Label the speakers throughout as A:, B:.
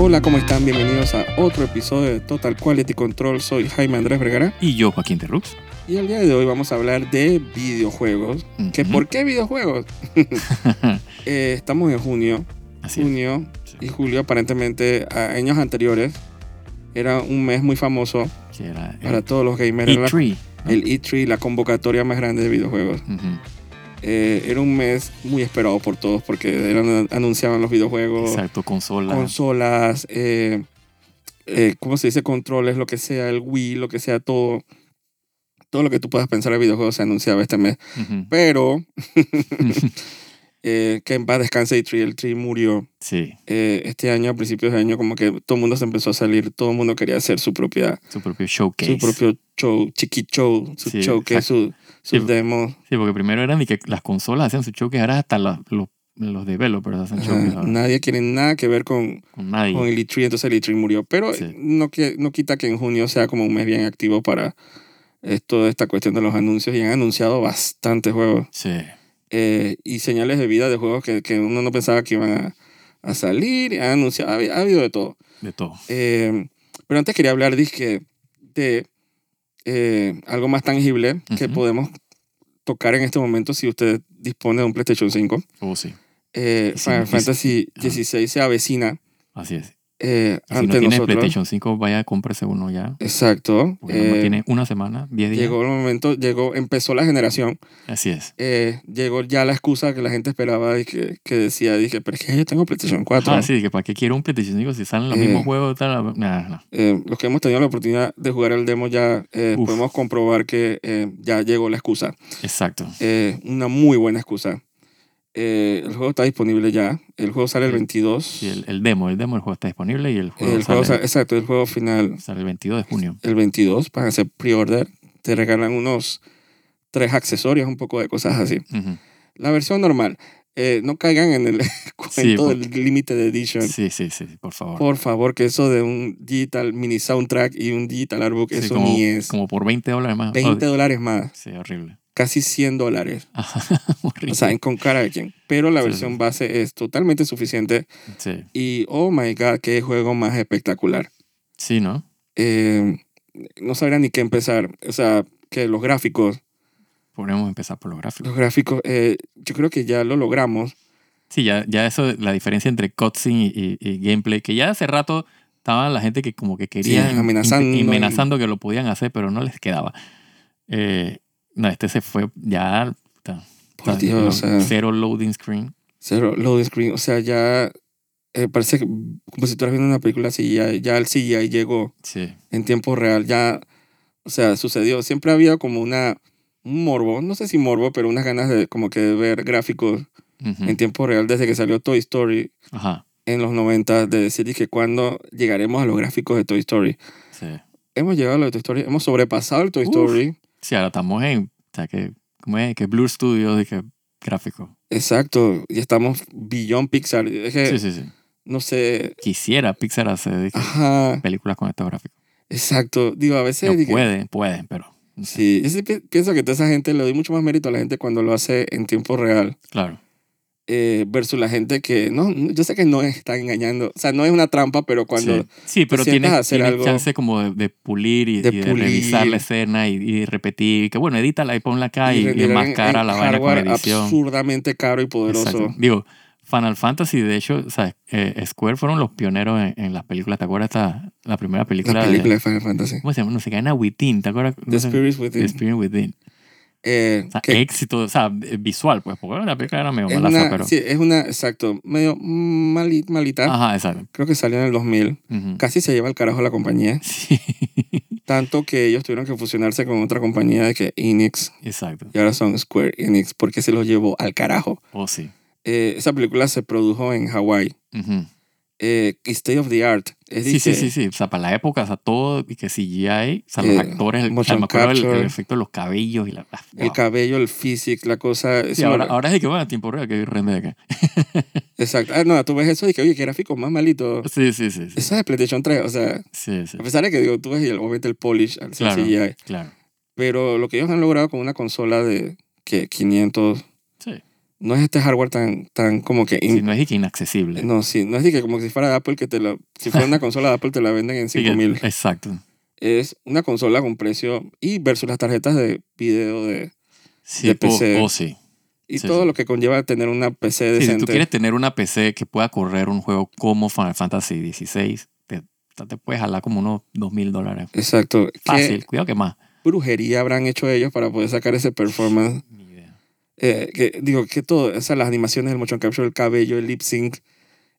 A: Hola, ¿cómo están? Bienvenidos a otro episodio de Total Quality Control. Soy Jaime Andrés Vergara
B: Y yo, Joaquín Terrux.
A: y el día de hoy vamos a hablar de videojuegos. ¿Que
B: Ujú.
A: ¿Por qué videojuegos? Eh, estamos en junio.
B: Así es.
A: Junio
B: Sí.
A: y julio aparentemente a años anteriores era un mes muy famoso
B: Que era el
A: para todos los gamers. Era la-
B: E3. E ¿no?
A: el E3, la convocatoria más grande de videojuegos.
B: Ujú,
A: Eh, era un mes muy esperado por todos porque eran- anunciaban los videojuegos,
B: Exacto, consola.
A: consolas, eh, eh, ¿cómo se dice? Controles, lo que sea, el Wii, lo que sea, todo. Todo lo que tú puedas pensar de videojuegos se anunciaba este mes.
B: Ujú.
A: Pero eh, que en paz descanse y Tree, el Tree murió
B: Sí,
A: eh, este año, a principios de año, como que todo el mundo se empezó a salir, todo el mundo quería hacer su propia,
B: su propio showcase.
A: su propio show, chiqui show, su
B: Sí,
A: show, que su,
B: Sí.
A: sus demos.
B: Sí, porque primero eran de que las consolas hacían su showcase, ahora hasta la- los, los developers hacen
A: Ajá,
B: showcase ahora.
A: nadie quiere nada que ver con,
B: Con nadie.
A: con el E3, entonces el E3 murió. Pero
B: Sí.
A: no, que, no quita que en junio sea como un mes bien activo para eh, toda esta cuestión de los anuncios y han anunciado bastantes juegos
B: Sí.
A: eh, y señales de vida de juegos que, que uno no pensaba que iban a, a salir. y Han anunciado, ha, habi- ha habido de todo.
B: De todo.
A: Eh, pero antes quería hablar dizque, de eh, algo más tangible que
B: Ujú.
A: podemos tocar en este momento si usted dispone de un PlayStation 5.
B: Oh, sí.
A: Eh,
B: Y si
A: Final
B: no- y si-
A: Fantasy
B: ajá.
A: 16 se avecina
B: Así es.
A: eh,
B: Y si no
A: ante
B: tienes
A: nosotros.
B: PlayStation 5, vaya, cómprese uno ya.
A: Exacto.
B: Porque no
A: Eh,
B: tiene una semana, 10 días.
A: llegó el momento, llegó, empezó la generación.
B: Así es.
A: eh, llegó ya la excusa que la gente esperaba y que, que decía, dije, pero es que yo tengo PlayStation 4.
B: Ah, sí, que para qué quiero un PlayStation 5 si salen los
A: Eh.
B: mismos juegos. Tal, ah, nah, nah.
A: Eh, los que hemos tenido la oportunidad de jugar el demo ya eh,
B: Uf.
A: podemos comprobar que eh, ya llegó la excusa.
B: Exacto.
A: Eh, una muy buena excusa. Eh, el juego está disponible ya. El juego sale el
B: Sí.
A: 22.
B: Sí, el, el demo, el demo, el juego está disponible y el juego,
A: el
B: sale,
A: juego sa- exacto, el juego final
B: sale el 22 de junio.
A: el 22 para hacer pre-order. Te regalan unos tres accesorios, un poco de cosas así.
B: Ujú.
A: La versión normal. Eh, no caigan en el cuento
B: porque-
A: del límite de edition.
B: Sí, sí, sí, por favor.
A: Por favor, que eso de un digital mini soundtrack y un digital artbook,
B: Sí,
A: eso
B: como,
A: ni es.
B: como por 20 dólares más.
A: 20
B: Oh,
A: dólares más,
B: sí, horrible.
A: casi 100 dólares.
B: horrible.
A: O sea, en con cara de quien. Pero la
B: Sí, sí,
A: versión
B: sí.
A: base es totalmente suficiente.
B: sí.
A: Y oh my god, qué juego más espectacular.
B: sí, ¿no?
A: Eh, no sabría ni qué empezar. O sea, que los gráficos,
B: Podemos empezar por los gráficos.
A: los gráficos, eh, yo creo que ya lo logramos.
B: Sí, ya, ya eso, la diferencia entre cutscene y, y- y gameplay, que ya hace rato estaba la gente que como que quería
A: Sí, amenazando y-
B: amenazando que lo podían hacer, pero no les quedaba. Eh, no, este se fue ya... ta-
A: Por
B: ta-
A: Dios,
B: lo-
A: o sea.
B: Cero loading screen.
A: Cero loading screen. O sea, ya eh, parece que- como si estuvieras viendo una película así. Ya, ya el CGI llegó
B: Sí,
A: en tiempo real. Ya, o sea, sucedió. Siempre había como una, un morbo, no sé si morbo, pero unas ganas de como que de ver gráficos
B: ujú.
A: en tiempo real desde que salió Toy Story
B: Ajá,
A: en los 90. De decir que cuando llegaremos a los gráficos de Toy Story.
B: sí.
A: Hemos llegado a los de Toy Story, hemos sobrepasado el Toy
B: Uf.
A: Story.
B: Sí, ahora estamos en. O sea, que. ¿Cómo es? Que Blur Studios, de que gráfico.
A: Exacto, y estamos beyond Pixar. Es que,
B: Sí, sí, sí.
A: no sé,
B: Quisiera Pixar hacer de
A: Ah.
B: que,
A: ajá,
B: películas con estos gráficos.
A: exacto. Digo, a veces...
B: No
A: dije,
B: pueden, pueden, pero. no sé,
A: Sí, yo sí pi- pienso que toda esa gente le doy mucho más mérito a la gente cuando lo hace en tiempo real
B: Claro.
A: eh, versus la gente que no, yo sé que no están engañando, o sea, no es una trampa, pero cuando
B: sí. Sí, pero
A: sientas
B: tienes,
A: a hacer
B: tienes
A: algo-
B: chance como de, de pulir y y
A: De
B: de,
A: pulir.
B: revisar la escena y, y repetir. Y que bueno, edítala y ponla acá Ah, y, y
A: rendirán
B: enmascara la vaina con
A: hardware
B: edición.
A: absurdamente caro y poderoso.
B: Exacto. Digo, Final Fantasy, de hecho, o sea, eh, Square fueron los pioneros en, en las películas. ¿Te acuerdas esta, la primera película?
A: La
B: de-
A: película de Final Fantasy.
B: ¿Cómo se llama? No sé, Gana Within, ¿te acuerdas?
A: The
B: No sé,
A: Spirits Within.
B: The Spirit Within.
A: Eh,
B: O sea,
A: que
B: éxito, o sea, visual, pues, porque la película era medio
A: es
B: malaza,
A: una,
B: pero...
A: sí, es una, exacto, medio mali- malita.
B: Ajá, Mm. exacto.
A: Creo que salió en el 2000.
B: Ujú.
A: Casi se lleva el carajo la compañía.
B: Sí,
A: Tanto que ellos tuvieron que fusionarse con otra compañía de que Enix.
B: exacto.
A: Y ahora son Square Enix porque se los llevó al carajo.
B: Oh, sí.
A: Eh, esa película se produjo en Hawái.
B: Ujú.
A: Eh, y State of the Art. Es
B: Sí, sí,
A: dizque,
B: sí, sí. O sea, para la época, o sea, todo, y que CGI, o sea, los
A: Eh,
B: actores, el, o sea,
A: motion
B: me acuerdo el,
A: capture.
B: el efecto de los cabellos y la... ah,
A: El
B: wow.
A: cabello, el physics, la cosa.
B: Sí,
A: eso me-
B: ahora, ahora es que, bueno, tiempo real que rende acá.
A: Exacto. Ah, no, tú ves eso y que, oye, qué gráfico más malito.
B: Sí, sí, sí, sí.
A: Eso es de PlayStation 3. O sea,
B: Sí, sí,
A: a pesar de que digo, tú ves el- obviamente el polish, el
B: Claro.
A: CGI.
B: claro.
A: Pero lo que ellos han logrado con una consola de que 500
B: Sí.
A: no es este hardware tan, tan como que... in-
B: Si no es y que inaccesible.
A: no, sí, no es ni que como que si fuera de Apple, que te la, si fuera una consola de Apple te la venden en
B: Sí, que-
A: 5000.
B: Exacto.
A: es una consola con precio y versus las tarjetas de video de
B: Sí,
A: De
B: o-
A: PC.
B: O, sí.
A: y
B: Sí,
A: todo
B: sí.
A: lo que conlleva tener una PC
B: Sí, si tú
A: decente.
B: quieres tener una PC que pueda correr un juego como Final Fantasy XVI, te, te puedes jalar como unos 2 mil dólares.
A: Exacto.
B: Fácil,
A: ¿Qué
B: cuidado que más.
A: brujería habrán hecho ellos para poder sacar ese performance?
B: Ni idea.
A: Eh, que, digo, que todo, o sea, las animaciones, el motion capture, el cabello, el lip sync,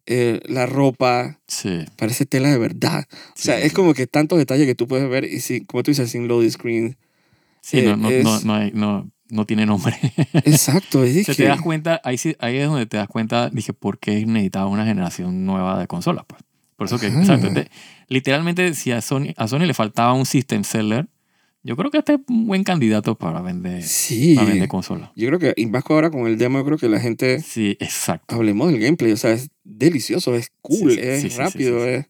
A: eh, la ropa,
B: Sí.
A: parece tela de verdad. O sea,
B: sí,
A: es
B: sí.
A: como que tantos detalles que tú puedes ver y si, como tú dices, sin load screen.
B: Sí,
A: eh,
B: no, no,
A: es-
B: no, no hay- no- no tiene nombre.
A: Exacto, es
B: Se
A: que-
B: te das cuenta, ahí, sí- ahí es donde te das cuenta, dije, por qué necesitaba una generación nueva de consolas. Pues. Por eso que,
A: Ajá.
B: exacto, te- literalmente, si a Sony, a Sony le faltaba un system seller, yo creo que este es un buen candidato para vender,
A: Sí.
B: para vender consolas.
A: Yo creo que, y más que ahora con el demo, yo creo que la gente...
B: Sí, exacto.
A: hablemos del gameplay. O sea, es delicioso, es cool,
B: Sí, sí,
A: es
B: sí, sí, sí,
A: rápido,
B: sí, sí.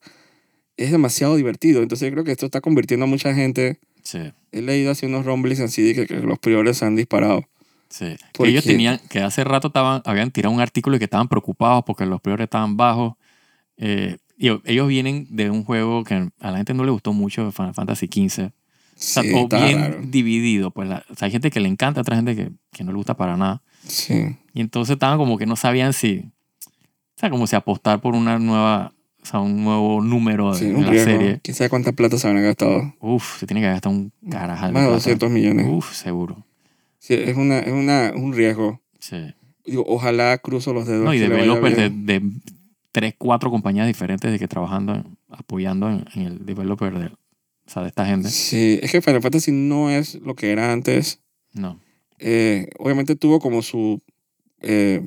A: Es, es demasiado divertido. Entonces yo creo que esto está convirtiendo a mucha gente.
B: Sí.
A: He leído así unos rumblings así de que, que los priores se han disparado.
B: Sí. Que
A: Porque-
B: ellos tenían, que hace rato estaban, habían tirado un artículo y que estaban preocupados porque los peores estaban bajos. Eh, y ellos vienen de un juego que a la gente no le gustó mucho, Final Fantasy XV. O, sea,
A: Sí,
B: o
A: está
B: bien
A: raro.
B: dividido. Pues la- o sea, hay gente que le encanta, otra gente que, que no le gusta para nada.
A: Sí.
B: Y entonces estaban como que no sabían si, o sea, como si apostar por una nueva, o sea, un nuevo número de,
A: sí,
B: de
A: un
B: la
A: riesgo.
B: serie.
A: Quién sabe cuánta plata se habrán gastado.
B: Uf, se tiene que gastar un carajal. de
A: Más de
B: plata.
A: 200 millones.
B: Uf, seguro.
A: Sí, es, una, es una, un riesgo.
B: Sí.
A: Digo, ojalá cruzo los dedos.
B: No, y
A: que le vaya
B: developers de,
A: bien.
B: de tres, cuatro compañías diferentes de que trabajando, en- apoyando en, en el developer de, o sea, de esta gente.
A: Sí, es que Final Fantasy no es lo que era antes.
B: No.
A: Eh, obviamente tuvo como su eh,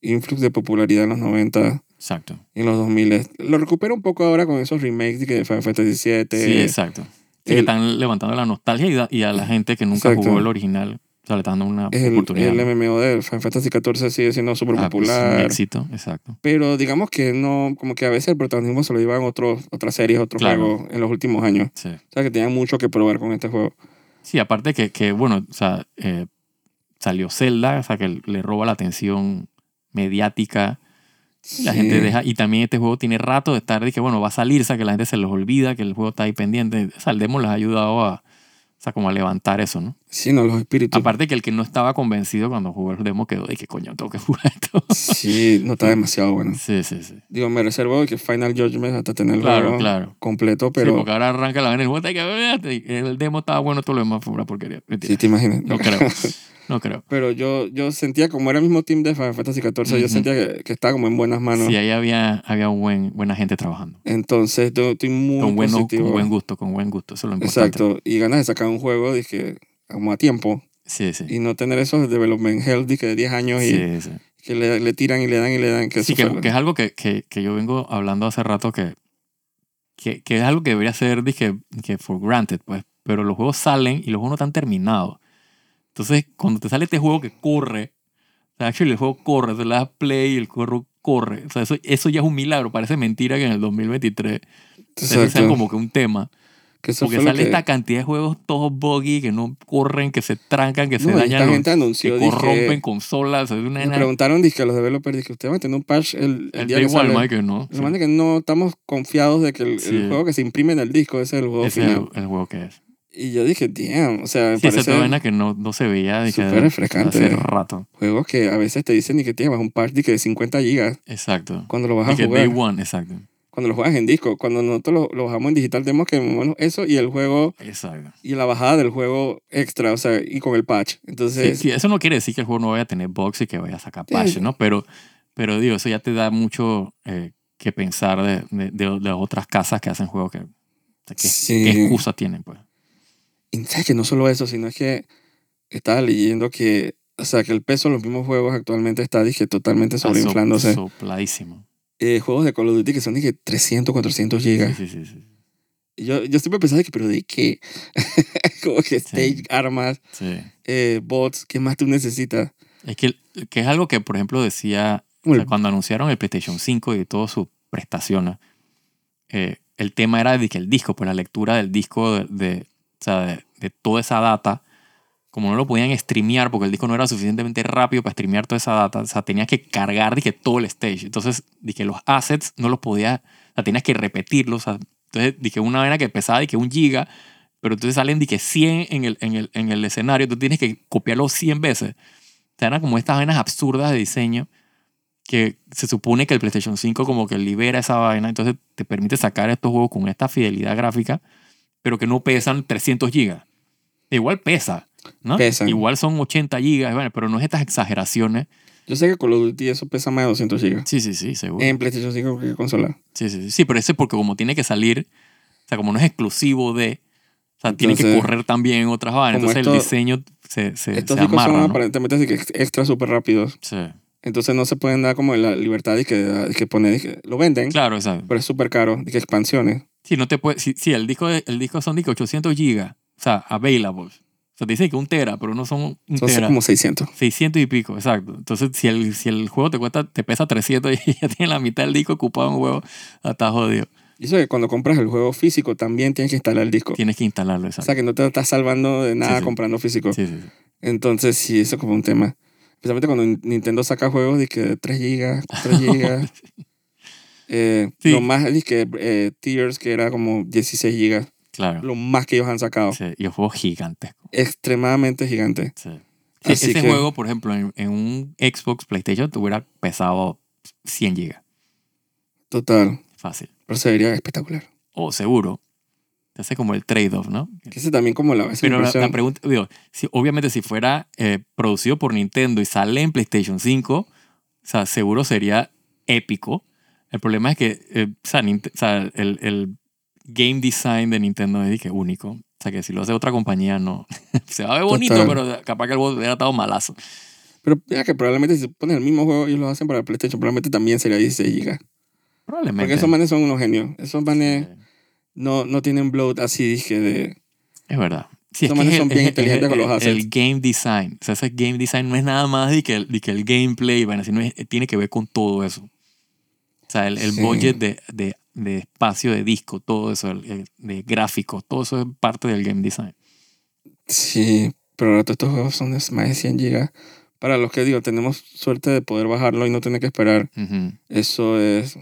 A: influx de popularidad en los 90.
B: Exacto.
A: en los 2000. Lo recupera un poco ahora con esos remakes de que de Final Fantasy VII.
B: sí, exacto. Sí, que
A: Eh, el-
B: están levantando la nostalgia y, da- y a la gente que nunca
A: Exacto.
B: jugó el original, o sea, le están dando una
A: el,
B: oportunidad.
A: el MMO de Final Fantasy XIV sigue siendo súper
B: Ah, pues, un
A: popular.
B: éxito, exacto.
A: pero digamos que no, como que a veces el protagonismo se lo llevan otros, otras series, otros
B: Claro.
A: juegos en los últimos años.
B: Sí.
A: O sea, que tenían mucho que probar con este juego.
B: Sí, aparte que, que bueno, o sea, eh, salió Zelda, o sea, que le roba la atención mediática. y La
A: Sí.
B: gente deja, y también este juego tiene rato de estar, de que bueno, va a salir, o sea, que la gente se los olvida, que el juego está ahí pendiente. O sea, el demo les ha ayudado a, o sea, como a levantar eso, ¿no?
A: Sí, no, los espíritus.
B: Aparte que el que no estaba convencido cuando jugó el demo quedó de que coño, tengo que jugar esto.
A: Sí, no está demasiado bueno.
B: Sí, sí, sí.
A: Digo, me reservo que Final Judgment hasta tener el
B: Claro,
A: juego
B: claro.
A: completo,
B: sí,
A: pero
B: porque ahora arranca la vaina y el juego, "Ay, que- el demo estaba bueno, todo lo demás fue una porquería.
A: sí,
B: Mentira.
A: te imaginas.
B: No creo. No creo.
A: Pero yo, yo sentía, como era el mismo team de Final Fantasy XIV, yo
B: Ujú.
A: sentía que, que estaba como en buenas manos.
B: Sí, ahí había, había un buen, buena gente trabajando.
A: Entonces, yo estoy muy
B: Con, buen,
A: positivo.
B: con buen gusto, con buen gusto. Eso es lo importante.
A: Exacto. Y ganas de sacar un juego, dije, como a tiempo.
B: Sí, sí.
A: Y no tener esos development hell dije, de 10 años y
B: Sí, sí.
A: que le, le tiran y le dan y le dan. Que
B: Sí,
A: eso
B: que,
A: fue lo-
B: que es algo que, que- que yo vengo hablando hace rato que, que, que es algo que debería ser, dije, que for granted, pues. Pero los juegos salen y los juegos no están terminados. Entonces, cuando te sale este juego que corre, o sea, actually, el juego corre, tú le das play y el juego corre. O sea, eso, eso ya es un milagro. Parece mentira que en el 2023 eso sea
A: Exacto.
B: como que un tema.
A: Que eso
B: Porque
A: fue lo
B: sale
A: que-
B: esta cantidad de juegos todos buggy, que no corren, que se trancan, que se
A: No, y
B: dañan,
A: esta
B: los-
A: gente anunció,
B: que
A: dije,
B: corrompen consolas. Es una
A: me
B: nena-
A: preguntaron, dije, a los developers, dije, ustedes van a tener un patch el, el
B: el
A: día
B: Day
A: que
B: One,
A: sale.
B: Mike, ¿no?
A: Lo malo es que no estamos confiados de que el, el
B: Sí.
A: juego que se imprime en el disco ese es el juego
B: Ese es
A: final.
B: el, el juego que es.
A: Y yo dije, damn, o sea, me
B: Sí, esa es
A: parece-
B: otra vaina que no, no se veía de que-
A: Súper refrescante.
B: hace rato.
A: juegos que a veces te dicen y que tienes un party que de 50 gigas
B: Exacto.
A: cuando lo vas
B: De
A: a
B: que
A: jugar,
B: Day One, exacto.
A: cuando lo juegas en disco, cuando nosotros lo, lo bajamos en digital tenemos que bueno, eso y el juego
B: Exacto.
A: y la bajada del juego extra, o sea, y con el patch.
B: Sí,
A: Entonces,
B: sí, eso no quiere decir que el juego no vaya a tener bugs y que vaya a sacar
A: Sí.
B: patches, ¿no? Pero, pero digo, eso ya te da mucho eh, que pensar de, de, de- de otras casas que hacen juegos que... o sea, ¿Qué,
A: Sí.
B: qué excusa tienen, pues?
A: y sabes que no solo eso, sino es que estaba leyendo que o sea, que el peso de los mismos juegos actualmente está, dije, totalmente
B: Está so-
A: sobreinflándose.
B: Sopladísimo.
A: Eh, juegos de Call of Duty que son, dije, 300, 400
B: Sí,
A: gigas.
B: sí, sí, sí.
A: Y yo, yo siempre pensaba, dije, pero ¿de qué? Como que stage, armas,
B: sí.
A: eh, bots, ¿qué más tú necesitas?
B: Es que, que es algo que, por ejemplo, decía
A: Como
B: O
A: el-
B: sea, cuando anunciaron el PlayStation 5 y todas sus prestaciones, eh, el tema era de que el disco, pues la lectura del disco de, de- o sea, de, de toda esa data, como no lo podían streamear porque el disco no era suficientemente rápido para streamear toda esa data, o sea, tenías que cargar, dije, todo el stage. Entonces, dije, los assets no los podías, o sea, tenías que repetirlos. O sea, entonces, dije, una vaina que pesaba, dije, un giga, pero entonces salen, dije, 100 en el, en el, en el escenario, tú tienes que copiarlo 100 veces. O sea, eran como estas vainas absurdas de diseño que se supone que el PlayStation 5 como que libera esa vaina, entonces te permite sacar estos juegos con esta fidelidad gráfica, pero que no pesan 300 gigas. Igual pesa, ¿no?
A: Pesan.
B: Igual son 80 gigas, bueno, pero no es estas exageraciones.
A: Yo sé que Call of Duty eso pesa más de 200 GB.
B: Sí, sí, sí, seguro.
A: En PlayStation 5, ¿qué consola?
B: Sí, sí, sí, sí, pero ese es porque como tiene que salir, o sea, como no es exclusivo de, o sea, tiene que
A: Entonces,
B: correr también en otras vainas,
A: como
B: entonces el
A: esto-
B: diseño se, se,
A: Estos
B: se
A: discos
B: amarra,
A: son
B: ¿no?
A: aparentemente así que ex- extra súper rápidos.
B: Sí.
A: Entonces no se pueden dar como la libertad de que, de que poner, de que lo venden,
B: Claro, exacto.
A: pero es súper caro, de que expansiones.
B: Sí, no te puede, sí, sí, el disco, el disco son discos 800 gigas, o sea, available. O sea, te dicen que un tera, pero no son un
A: Son
B: tera.
A: como 600.
B: 600 y pico, exacto. Entonces, si el, si el juego te cuesta, te pesa 300 y ya tiene la mitad del disco ocupado en huevo, hasta jodido.
A: Y eso que cuando compras el juego físico también tienes que instalar el disco.
B: Tienes que instalarlo,
A: O
B: exacto.
A: sea que no te estás salvando de nada
B: sí.
A: comprando físico.
B: Sí, sí, sí.
A: Entonces sí, eso es como un tema. Especialmente cuando Nin- Nintendo saca juegos de que 3 GB, 3 GB. eh,
B: Sí.
A: Lo más de que eh, Tears, que era como 16 GB.
B: Claro.
A: Lo más que ellos han sacado.
B: Sí, y el juego gigantesco.
A: Extremadamente gigante.
B: Sí. Sí,
A: Así
B: ese
A: que-
B: juego, por ejemplo, en, en un Xbox, PlayStation, te hubiera pesado 100 gigas.
A: Total.
B: Fácil.
A: Pero se vería espectacular.
B: O seguro. Te hace como el trade-off, ¿no?
A: Que ese también como la, esa
B: Pero la, la
A: impresión.
B: pregunta, digo, si, obviamente si fuera eh, producido por Nintendo y sale en PlayStation 5, o sea, seguro sería épico. El problema es que eh, o sea, Nint- o sea, el, el game design de Nintendo es de que único. O sea, que si lo hace otra compañía, no. Se va a ver bonito,
A: Total.
B: pero capaz que el juego hubiera estado malazo.
A: Pero ya que probablemente si pones el mismo juego ellos lo hacen para el PlayStation, probablemente también sería 16 GB. Porque
B: Probablemente.
A: esos manes son unos genios. Esos manes
B: Eh,
A: no, no tienen bloat así, dije, de...
B: Es verdad. Sí,
A: Esos
B: es
A: manes
B: es
A: son bien inteligentes con los
B: el- el
A: assets.
B: game design. O sea, ese game design no es nada más de que el, de que el gameplay, bueno, sino es- tiene que ver con todo eso. O sea, el, el
A: Sí.
B: budget de, de- de espacio de disco, todo eso, el- el- de gráficos, todo eso es parte del game design.
A: Sí, pero ahora todos estos juegos son de más de 100 GB. Para los que digo, tenemos suerte de poder bajarlo y no tener que esperar.
B: Ujú.
A: Eso es...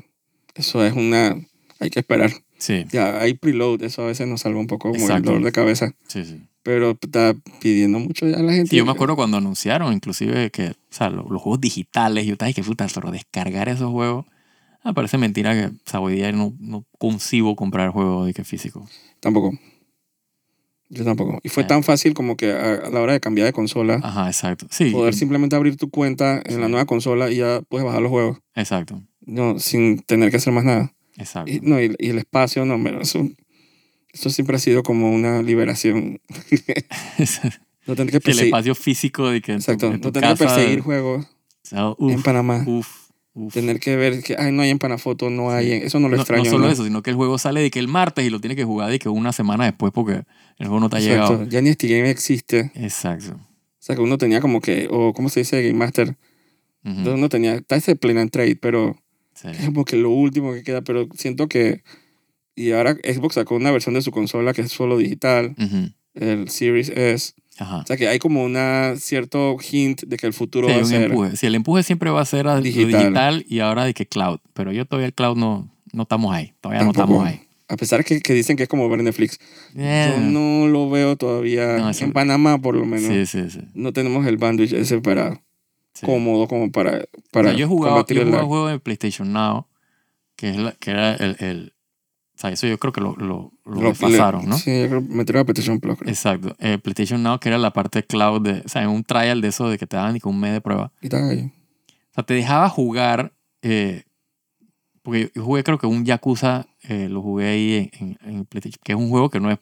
A: Eso es una... Hay que esperar.
B: Sí,
A: Ya, hay preload. Eso a veces nos salva un poco como el
B: Exacto.
A: dolor de cabeza.
B: sí, sí.
A: Pero está pidiendo mucho ya la gente.
B: Sí, yo me acuerdo cuando anunciaron inclusive que, o sea, lo- los, juegos digitales, yo estaba, "Ay, qué puta, pero descargar esos juegos, ah, parece mentira que, o sea, hoy día no, no concibo comprar juegos de que físico.
A: Tampoco. Yo tampoco. Y fue
B: Ah.
A: tan fácil como que a, a la hora de cambiar de consola,
B: Ajá, exacto. Ah, Sí,
A: poder simplemente abrir tu cuenta en la
B: Sí.
A: nueva consola y ya puedes bajar los juegos.
B: exacto,
A: No, sin tener que hacer más nada.
B: exacto.
A: Y, no, y, y el espacio, no, pero eso, eso siempre ha sido como una liberación. No tener que
B: Que el
A: perseguir.
B: espacio físico de que en tu-
A: Exacto.
B: en tu
A: No tener que
B: casa-
A: perseguir Em, juegos
B: o sea,
A: en
B: uf,
A: Panamá.
B: uf, uf.
A: Tener que ver que, ay, no hay en Panafoto, no hay.
B: Sí.
A: en- Eso no lo
B: No, no
A: extraño.
B: solo
A: ¿no?
B: eso, sino que el juego sale de que el martes y lo tiene que jugar de que una semana después porque el juego no te ha
A: Exacto.
B: llegado.
A: Ya ni Steam Game existe.
B: Exacto.
A: O sea, que uno tenía como que, o ¿cómo se dice? Game Master.
B: Mm. Ujú,
A: Entonces uno tenía, está ese Play and Trade, pero
B: sí.
A: es como que lo último que queda. Pero siento que, y ahora Xbox sacó una versión de su consola que es solo digital,
B: Ujú,
A: el Series S.
B: Ajá.
A: O sea, que hay como una cierto hint de que el futuro
B: Sí,
A: va
B: hay
A: a
B: un
A: ser...
B: empuje. Sí, el empuje siempre va a ser a lo
A: Digital.
B: digital y ahora de que cloud. Pero yo todavía el cloud no, no estamos ahí. Todavía
A: Tampoco.
B: no estamos ahí.
A: A pesar que, que dicen que es como ver Netflix.
B: Eh,
A: Yo no lo veo todavía.
B: No, eso-
A: En Panamá, por lo menos.
B: Sí, sí, sí.
A: No tenemos el bandwidth ese para
B: sí.
A: cómodo como para,
B: O
A: para
B: sea, yo he jugado,
A: combatir
B: yo he
A: el
B: jugado
A: lag.
B: juegos de PlayStation Now, que, es la- que era el, el- O sea, eso yo creo que lo, lo, lo
A: Lo-
B: desfasaron,
A: le-
B: ¿no?
A: Sí, yo creo que metieron a Petition Plus. creo.
B: Exacto. Eh, PlayStation Now, que era la parte cloud de. O sea, en un trial de eso de que te daban ni que un mes de prueba.
A: Y está ahí.
B: O sea, te dejaba jugar. eh, porque yo jugué, creo que un Yakuza, eh, lo jugué ahí en, en- en PlayStation, que es un juego que no es.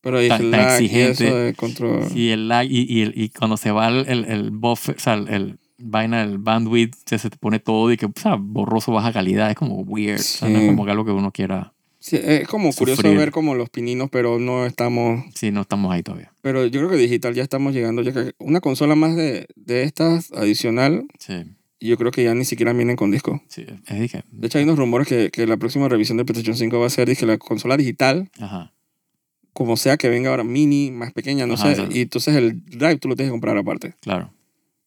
A: Pero ahí
B: Tan-
A: el
B: tan
A: lag y eso
B: exigente.
A: de control.
B: Y, el lag, y, y el- y cuando se va el, el, el buffer, o sea, el, el vaina, el bandwidth, se, se te pone todo y que, o sea, borroso, baja calidad. Es como weird. O sea, no es
A: Sí.
B: como algo que uno quiera.
A: Sí, eh, es como curioso
B: Sufrir.
A: ver como los pininos, pero no estamos...
B: Sí, no estamos ahí todavía.
A: Pero yo creo que digital ya estamos llegando. Ya que una consola más de, de estas adicional,
B: Sí,
A: yo creo que ya ni siquiera vienen con disco.
B: sí. Es dije.
A: De hecho, hay unos rumores que, que la próxima revisión de PlayStation 5 va a ser dije, la consola digital
B: Ajá.
A: como sea que venga ahora mini, más pequeña, no
B: Ajá,
A: sé.
B: exacto.
A: Y entonces el drive tú lo tienes que comprar aparte.
B: Claro.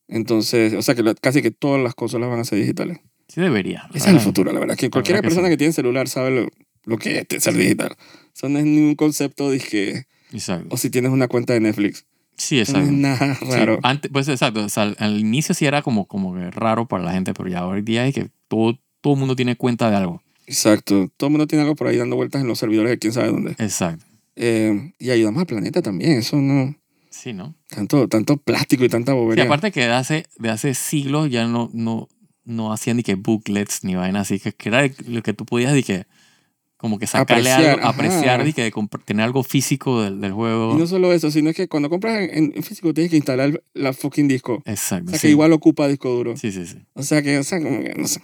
A: Entonces, o sea que la- casi que todas las consolas van a ser digitales.
B: Sí debería.
A: Ese es el futuro, la verdad. Que cualquier
B: verdad que
A: persona
B: sí.
A: que tiene celular sabe lo, lo que es ser digital. Eso no es ningún concepto de que,
B: Exacto.
A: o si tienes una cuenta de Netflix.
B: Sí,
A: Eso no
B: exacto.
A: es nada
B: Sí,
A: raro.
B: antes, pues exacto, o sea, al, al inicio sí era como, como que raro para la gente, pero ya hoy día es que todo todo el mundo tiene cuenta de algo.
A: Exacto. Todo el mundo tiene algo por ahí dando vueltas en los servidores de quién sabe dónde.
B: Exacto.
A: Eh, y ayudamos al planeta también. Eso no.
B: Sí, ¿no?
A: Tanto, tanto plástico y tanta
B: Y
A: bobería.
B: aparte que de hace, de hace siglos ya no, no, no hacían ni que booklets ni vaina así, que, que era lo que tú podías ni que como que sacarle
A: Apreciar,
B: algo,
A: ajá.
B: apreciar y que de compr- tener algo físico del, del juego.
A: Y no solo eso, sino que cuando compras en, en físico tienes que instalar la fucking disco. O
B: Exacto.
A: sea
B: sí.
A: que igual ocupa disco duro.
B: sí, sí, sí.
A: O sea que, o sea, como que, no sé.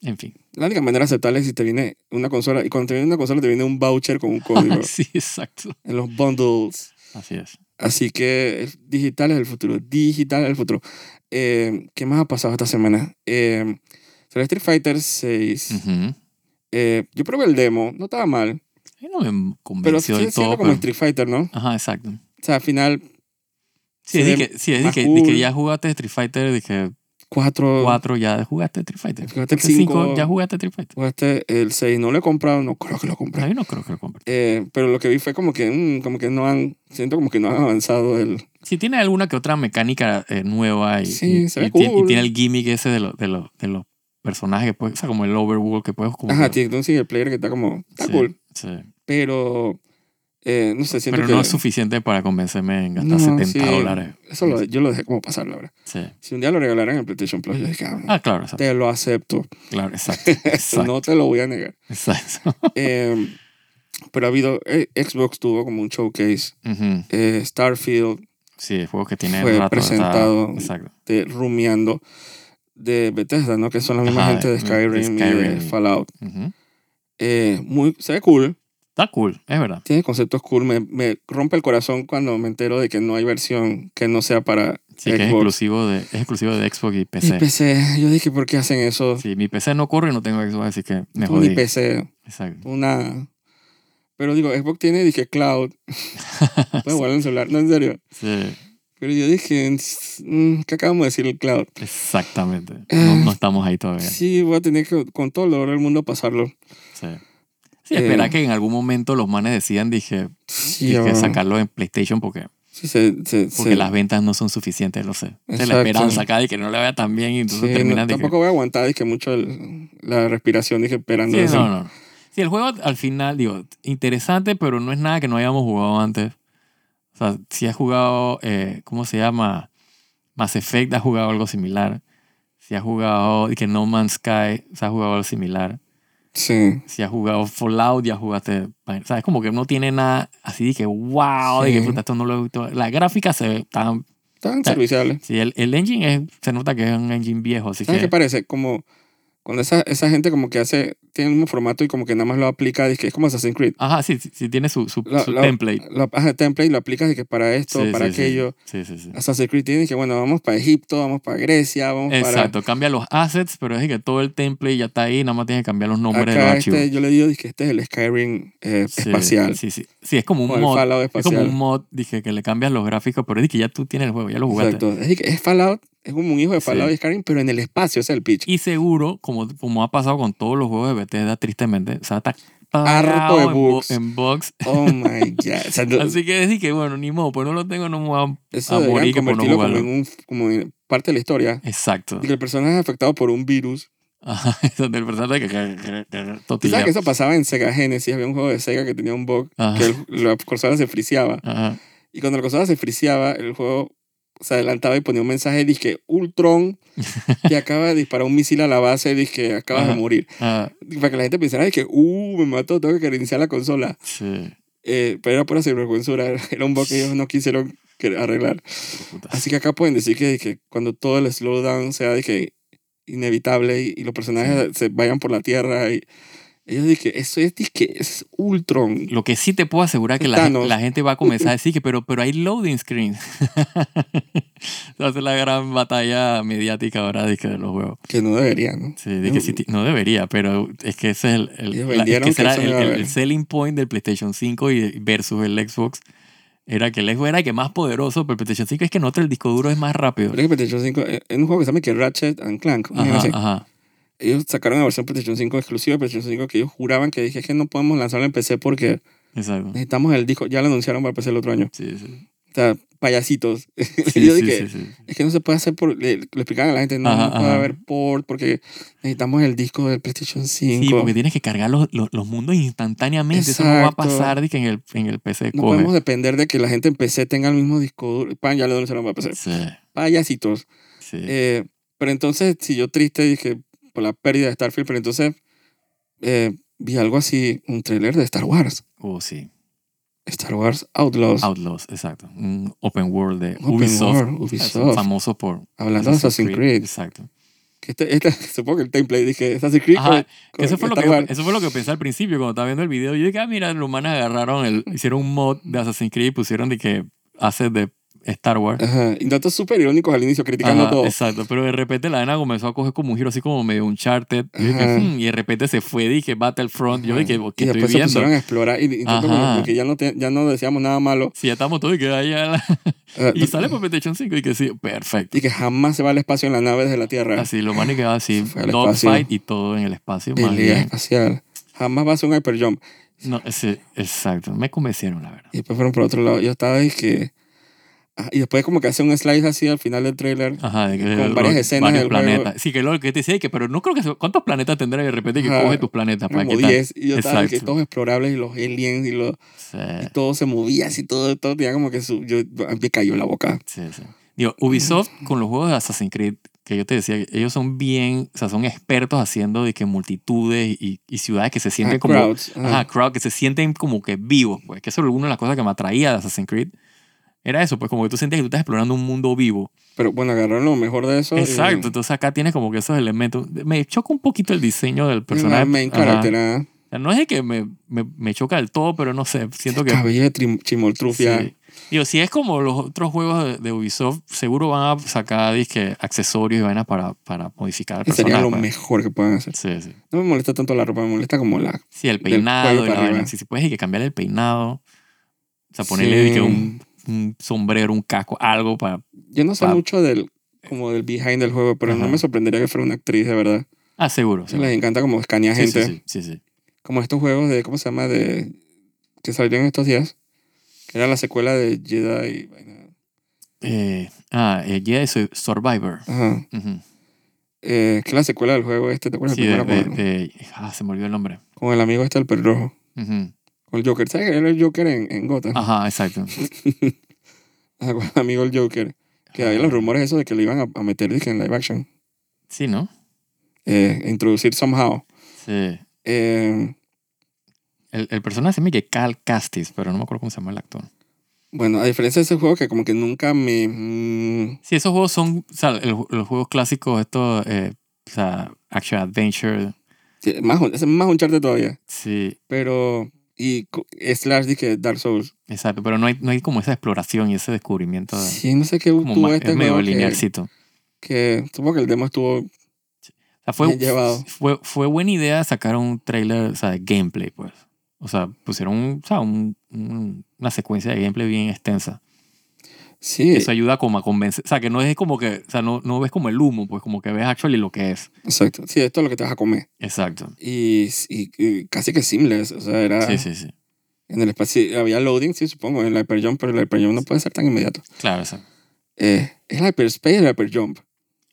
B: En fin.
A: La única manera aceptable es si te viene una consola. Y cuando te viene una consola te viene un voucher con un código
B: sí, exacto.
A: en los bundles.
B: Así es.
A: Así que el digital es el futuro. Digital es el futuro. Eh, ¿Qué más ha pasado esta semana? Eh, salió Street Fighter 6.
B: Ujú.
A: Eh, yo probé el demo, no estaba mal.
B: Ahí No me
A: Pero
B: convenció
A: sigue
B: del
A: siendo
B: todo. pues.
A: como
B: pero-
A: Street Fighter, ¿no?
B: Ajá, exacto.
A: O sea, al final,
B: Sí,
A: Se
B: es de
A: ve
B: que, sí, es de
A: más
B: que, de que
A: cool.
B: ya jugaste Street Fighter, dije
A: 4.
B: 4, ya jugaste Street Fighter.
A: Jugaste el
B: 5,
A: 5.
B: ya jugaste Street Fighter.
A: Jugaste el 6. No lo he comprado, no creo que lo compré.
B: No, yo no creo que lo compre.
A: Eh, pero lo que vi fue como que, mm, como que no han. Siento como que no han avanzado el.
B: Si tiene alguna que otra mecánica eh, nueva y,
A: Sí,
B: y-
A: se ve
B: y tiene, y
A: cool.
B: tiene el gimmick ese de, los de, los de los personajes, que puedes, o sea, como el overworld que puedes como
A: Ajá,
B: que-
A: tiene un single player que está como. Está
B: sí,
A: cool.
B: sí.
A: Pero. eh, no sé, siento
B: Pero
A: que.
B: no es suficiente para convencerme en
A: No,
B: gastar 70
A: sí.
B: dólares.
A: Eso lo- yo lo dejé como pasar, la verdad.
B: Sí.
A: Si un día lo regalaran en PlayStation Plus, yo dije, "Ah,
B: Ah, claro, exacto.
A: te lo acepto.
B: Claro, exacto. Exacto.
A: No te lo voy a negar.
B: exacto.
A: Eh, pero ha habido. eh, Xbox tuvo como un showcase.
B: Ujú.
A: Eh, Starfield,
B: Sí, juegos que tiene
A: Fue
B: rato.
A: presentado
B: está- exacto.
A: de Rumiando, de Bethesda, ¿no? Que son la misma
B: Ajá,
A: gente de
B: de- de
A: Skyrim, y de
B: Skyrim.
A: Fallout.
B: Ujú.
A: Eh, muy, se ve cool,
B: Está cool, es verdad.
A: tiene conceptos cool. Me, me rompe el corazón cuando me entero de que no hay versión que no sea para
B: Sí, que es
A: Xbox.
B: exclusivo, de, es exclusivo de Xbox y
A: Y
B: PC.
A: PC, yo dije, ¿por qué hacen eso?
B: Sí, mi PC no corre y no tengo Xbox, así que me
A: Ni
B: jodí.
A: PC,
B: Exacto.
A: una... Pero digo, Xbox tiene, dije, cloud. Puedo guardar el celular, no, en serio.
B: Sí,
A: Pero yo dije, mm, ¿qué acabamos de decir el cloud?
B: exactamente.
A: Ah.
B: No, no estamos ahí todavía. Sí.
A: Sí, voy a tener que, con todo el dolor del mundo, pasarlo.
B: Sí,
A: Eh.
B: espera que en algún momento los manes decían, dije,
A: Sí,
B: dije
A: ah,
B: sacarlo en PlayStation porque,
A: sí, se, se-
B: porque
A: se-
B: las ventas no son suficientes, lo sé. Esa es
A: Exacto.
B: la esperanza acá de que no le vaya tan bien y entonces
A: Sí, no,
B: terminan de que-
A: tampoco voy a aguantar dije, mucho el- la respiración dije, esperando
B: Sí,
A: eso.
B: no, no. Sí, el juego al final, digo, interesante, pero no es nada que no hayamos jugado antes. O sea, si has jugado, eh, ¿cómo se llama? Mass Effect, has jugado algo similar. Si has jugado, y que No Man's Sky, o sea, has jugado algo similar.
A: Sí.
B: Si has jugado Fallout, ya jugaste. O sea, es como que no tiene nada así de que, wow, de que
A: Sí.
B: puta, esto no lo he visto. La gráfica se ve tan.
A: Estaban
B: Ta-
A: serviciables.
B: Sí, el, el engine es, se nota que es un engine viejo, así
A: ¿Sabes qué
B: que.
A: parece? Como cuando esa, esa gente como que hace, tiene el mismo formato y como que nada más lo aplica, dizque, es como Assassin's Creed.
B: Ajá, sí, sí, sí, tiene su, su,
A: La-
B: su
A: la-
B: template.
A: Lo, ajá, el template lo aplicas dizque, para esto,
B: Sí,
A: para
B: sí, sí.
A: aquello.
B: Sí, sí, sí.
A: Assassin's Creed tiene que, bueno, vamos para Egipto, vamos para Grecia, vamos
B: Exacto, cambia los assets, pero es que todo el template ya está ahí, nada más tienes que cambiar los
A: para...
B: nombres de los
A: Acá
B: archivos.
A: este, yo le digo, dije, este es el Skyrim eh,
B: Sí,
A: espacial.
B: Sí, sí, sí, es como
A: o
B: un
A: el
B: mod.
A: Fallout
B: Es como
A: espacial.
B: un mod, dije, que le cambias los gráficos, pero es que ya tú tienes el juego, ya lo jugaste.
A: Exacto. Es, dizque, es Fallout, es como un hijo de
B: Sí.
A: Fallout y Skyrim, pero en el espacio, ese es el pitch.
B: Y seguro, como, como ha pasado con todos los juegos de Bethesda, tristemente, o sea, está plagado
A: de
B: en, bo-
A: bugs.
B: en bugs.
A: Oh my god. O sea, no-
B: Así que es que, bueno, ni modo, pues no lo tengo, no me voy a-
A: eso
B: a
A: deberían
B: morir que por no
A: convertirlo como
B: jugarlo.
A: en, un, como en parte de la historia.
B: Exacto.
A: Y que el personaje es afectado por un virus.
B: Ajá, eso del personaje que- que- que- que-
A: Tú sabes
B: totilla.
A: que eso pasaba en Sega Genesis. Había un juego de Sega que tenía un bug
B: Ajá,
A: que el- la consola se friseaba.
B: ajá.
A: Y cuando la consola se friseaba, el juego se adelantaba y ponía un mensaje. Dije, Ultron te acaba de disparar un misil a la base. Dije, acabas de
B: Ajá.
A: morir.
B: Ah,
A: Y Para que la gente pensara, dije, uh, me mató, tengo que reiniciar la consola.
B: sí,
A: Eh, pero era pura sinvergüenzura. Era un bug que ellos no quisieron que- arreglar.
B: puta.
A: Así que acá pueden decir que, que cuando todo el slowdown sea de que inevitable y, y los personajes se vayan por la tierra y ellos dicen que eso es, de que es Ultron.
B: Lo que sí te puedo asegurar que la, gen-
A: Thanos.
B: la gente va a comenzar a decir que, pero, pero hay loading screen. va a ser la gran batalla mediática ahora dizque, de los juegos.
A: Que no debería, ¿no?
B: Sí, de que sí ti- no debería, pero es que ese es el, el-
A: Em, Ellos
B: la- es
A: vendieron
B: que ese
A: que
B: era
A: eso
B: el,
A: no iba a
B: el-
A: haber.
B: el selling point del PlayStation 5 y versus el Xbox. Era que el Xbox era el que más poderoso, pero el PlayStation 5 es que no el disco duro es más rápido.
A: Creo que PlayStation 5 eh, es un juego que se llama que Ratchet and Clank. una vaina
B: Ajá,
A: así.
B: ajá.
A: Ellos sacaron la versión PlayStation 5 exclusiva de PlayStation 5 que ellos juraban que dije "Es que no podemos lanzarlo en PC porque
B: Exacto.
A: necesitamos el disco. Ya lo anunciaron para PC el otro año.
B: Sí, sí.
A: O sea, payasitos.
B: Sí,
A: Yo
B: sí,
A: dije,
B: sí, sí.
A: es que no se puede hacer por... Le, le explicaban a la gente, no,
B: Ajá,
A: no puede
B: ajá.
A: haber port porque necesitamos el disco del PlayStation 5.
B: Sí, porque tienes que cargar los, los, los mundos instantáneamente. Eso no va a
A: Exacto.
B: pasar dizque, en el, en el PC.
A: No
B: coge.
A: podemos depender de que la gente en PC tenga el mismo disco duro. Pan, ya lo anunciaron para PC.
B: Sí,
A: Payasitos.
B: sí.
A: Eh, pero entonces, si yo triste dije por la pérdida de Starfield, pero entonces eh, vi algo así, un tráiler de Star Wars.
B: Oh, sí.
A: Star Wars Outlaws.
B: Outlaws, exacto. Un open world de
A: Open
B: Ubisoft.
A: world, Ubisoft.
B: Famoso por
A: Hablando de Assassin's Creed.
B: Exacto.
A: Que este- este- supongo que el template dije Assassin's Creed.
B: Ajá,
A: con-
B: Que Eso
A: con
B: fue, lo que
A: Star
B: yo,
A: Wars.
B: eso fue lo que pensé al principio cuando estaba viendo el video. Yo dije, ah, mira, los manes agarraron, el, hicieron un mod de Assassin's Creed y pusieron de que hace de Star Wars.
A: Ajá, y datos súper irónicos al inicio, criticando
B: Ajá,
A: todo.
B: Exacto, pero de repente la vaina comenzó a coger como un giro así como medio Uncharted. Y, dije,
A: Ajá.
B: "Hmm", y de repente se fue, dije Battlefront. Yo
A: Ajá.
B: dije,
A: y
B: ¿qué estoy
A: después se
B: viendo?
A: pusieron a explorar y, y fue como
B: Ajá.
A: que ya no, te- ya no decíamos nada malo.
B: Si ya estamos todos y que allá la-
A: Ah,
B: Y sale por PlayStation 5 y que sí, perfecto.
A: y que jamás se va al espacio en la nave desde la Tierra.
B: Así, lo manes que va así,
A: Se fue al
B: dogfight
A: espacio.
B: y todo en el espacio. Más
A: Pelea
B: bien.
A: espacial. Jamás va a hacer un hyperjump.
B: No, sí, exacto, me convencieron, la verdad.
A: Y después fueron por otro lado. Yo estaba y que... ah, Y después como que hace un slice así al final del trailer.
B: Ajá, de que
A: Con
B: lo-
A: varias escenas
B: varios
A: del juego.
B: planetas. Sí, que lo que te decía, que, pero no creo que se- ¿Cuántos planetas tendrá de repente que
A: Ajá,
B: coge tus planetas? para
A: Como
B: que tal?
A: 10. Y yo estaba y que
B: Exacto.
A: todos explorables y los aliens y, los, y
B: Sí,
A: todo se movía así. Todo, todo tenía como que su... Yo, a mí me cayó la boca.
B: sí, sí. Digo, Ubisoft
A: Mm.
B: con los juegos de Assassin's Creed, que yo te decía, ellos son bien, o sea, son expertos haciendo de que multitudes y, y ciudades que se sienten
A: Ah,
B: como
A: crowds. ajá.
B: Ajá, crowd, que se sienten como que vivos, pues. Que eso era una de las cosas que me atraía de Assassin's Creed. Era eso, pues como que tú sientes que tú estás explorando un mundo vivo.
A: Pero bueno, agarraron lo mejor de eso. y-
B: Exacto, entonces acá tienes como que esos elementos. Me choca un poquito el diseño del
A: y
B: personaje.
A: la main
B: Ajá.
A: character, ah,
B: O sea, no es de que me, me, me choca del todo, pero no sé, siento que...
A: Cabello de trim- chimoltrufia.
B: sí. Digo, si es como los otros juegos de, de Ubisoft, seguro van a sacar dizque, accesorios y vainas para, para modificar el
A: Que sería
B: personaje.
A: lo
B: pues.
A: mejor que pueden hacer.
B: Sí, sí.
A: No me molesta tanto la ropa, me molesta como la
B: Sí, el
A: Del
B: peinado
A: cuello
B: y la
A: para
B: vaina.
A: arriba.
B: Si, si puedes que cambiar el peinado. O sea, ponerle de que un, un sombrero, un casco, algo para...
A: Yo no sé
B: pa-
A: mucho del como del behind del juego, pero no
B: Ajá.
A: me sorprendería que fuera una actriz, de verdad.
B: Ah, seguro. seguro.
A: Les encanta como escanear
B: Sí, sí,
A: gente.
B: sí, sí, sí.
A: Como estos juegos de, ¿cómo se llama? de Que salieron estos días. Que era la secuela de Jedi. vaina.
B: Eh, ah, eh, Jedi Sur- Survivor.
A: Ajá.
B: Ujú.
A: Eh, que es la secuela del juego este, ¿te acuerdas?
B: Sí,
A: El
B: de,
A: primero
B: de-
A: con,
B: de- ah, se me olvidó el nombre.
A: con el amigo este, el pelirrojo.
B: Ujú.
A: Con el Joker. ¿Sabes que era el Joker en, en Gotham?
B: Ajá, exacto.
A: Ajá, Con el amigo el Joker. Que había los rumores esos de que lo iban a, a meter dije, en live action.
B: Sí, ¿no?
A: Eh, introducir somehow.
B: Sí.
A: Eh,
B: El, el personaje se llama que Cal Castis, pero no me acuerdo cómo se llama el actor.
A: Bueno, a diferencia de ese juego que como que nunca me... mm,
B: Sí, esos juegos son, o sea, el- los juegos clásicos, estos, eh, o sea, Action Adventure.
A: sí, más, un- es más un charte todavía.
B: Sí, pero
A: Y co- slash dije Dark Souls.
B: Exacto, pero no hay, no hay como esa exploración y ese descubrimiento. de-
A: Sí, no sé qué
B: Ah. como
A: tuvo
B: ma-
A: este
B: es medio
A: juego que,
B: linealcito. O
A: que... Supongo que el demo estuvo...
B: sea, fue,
A: bien llevado.
B: fue, fue buena idea sacar un trailer, o sea, de gameplay, pues. O sea, pusieron un- o sea, un- un- una secuencia de gameplay bien extensa.
A: Sí,
B: Eso ayuda como a convencer. O sea, que no es como que, o sea, no, no ves como el humo, pues como que ves actually lo que es.
A: exacto. Sí, esto es lo que te vas a comer.
B: Exacto.
A: Y, y- y casi que seamless. O sea, era...
B: Sí, sí, sí.
A: En el espacio sí, había loading, sí, supongo, en el hyperjump, pero el hyperjump no puede ser tan inmediato.
B: Claro, exacto.
A: Eh, es el hyperspace, el hyperjump.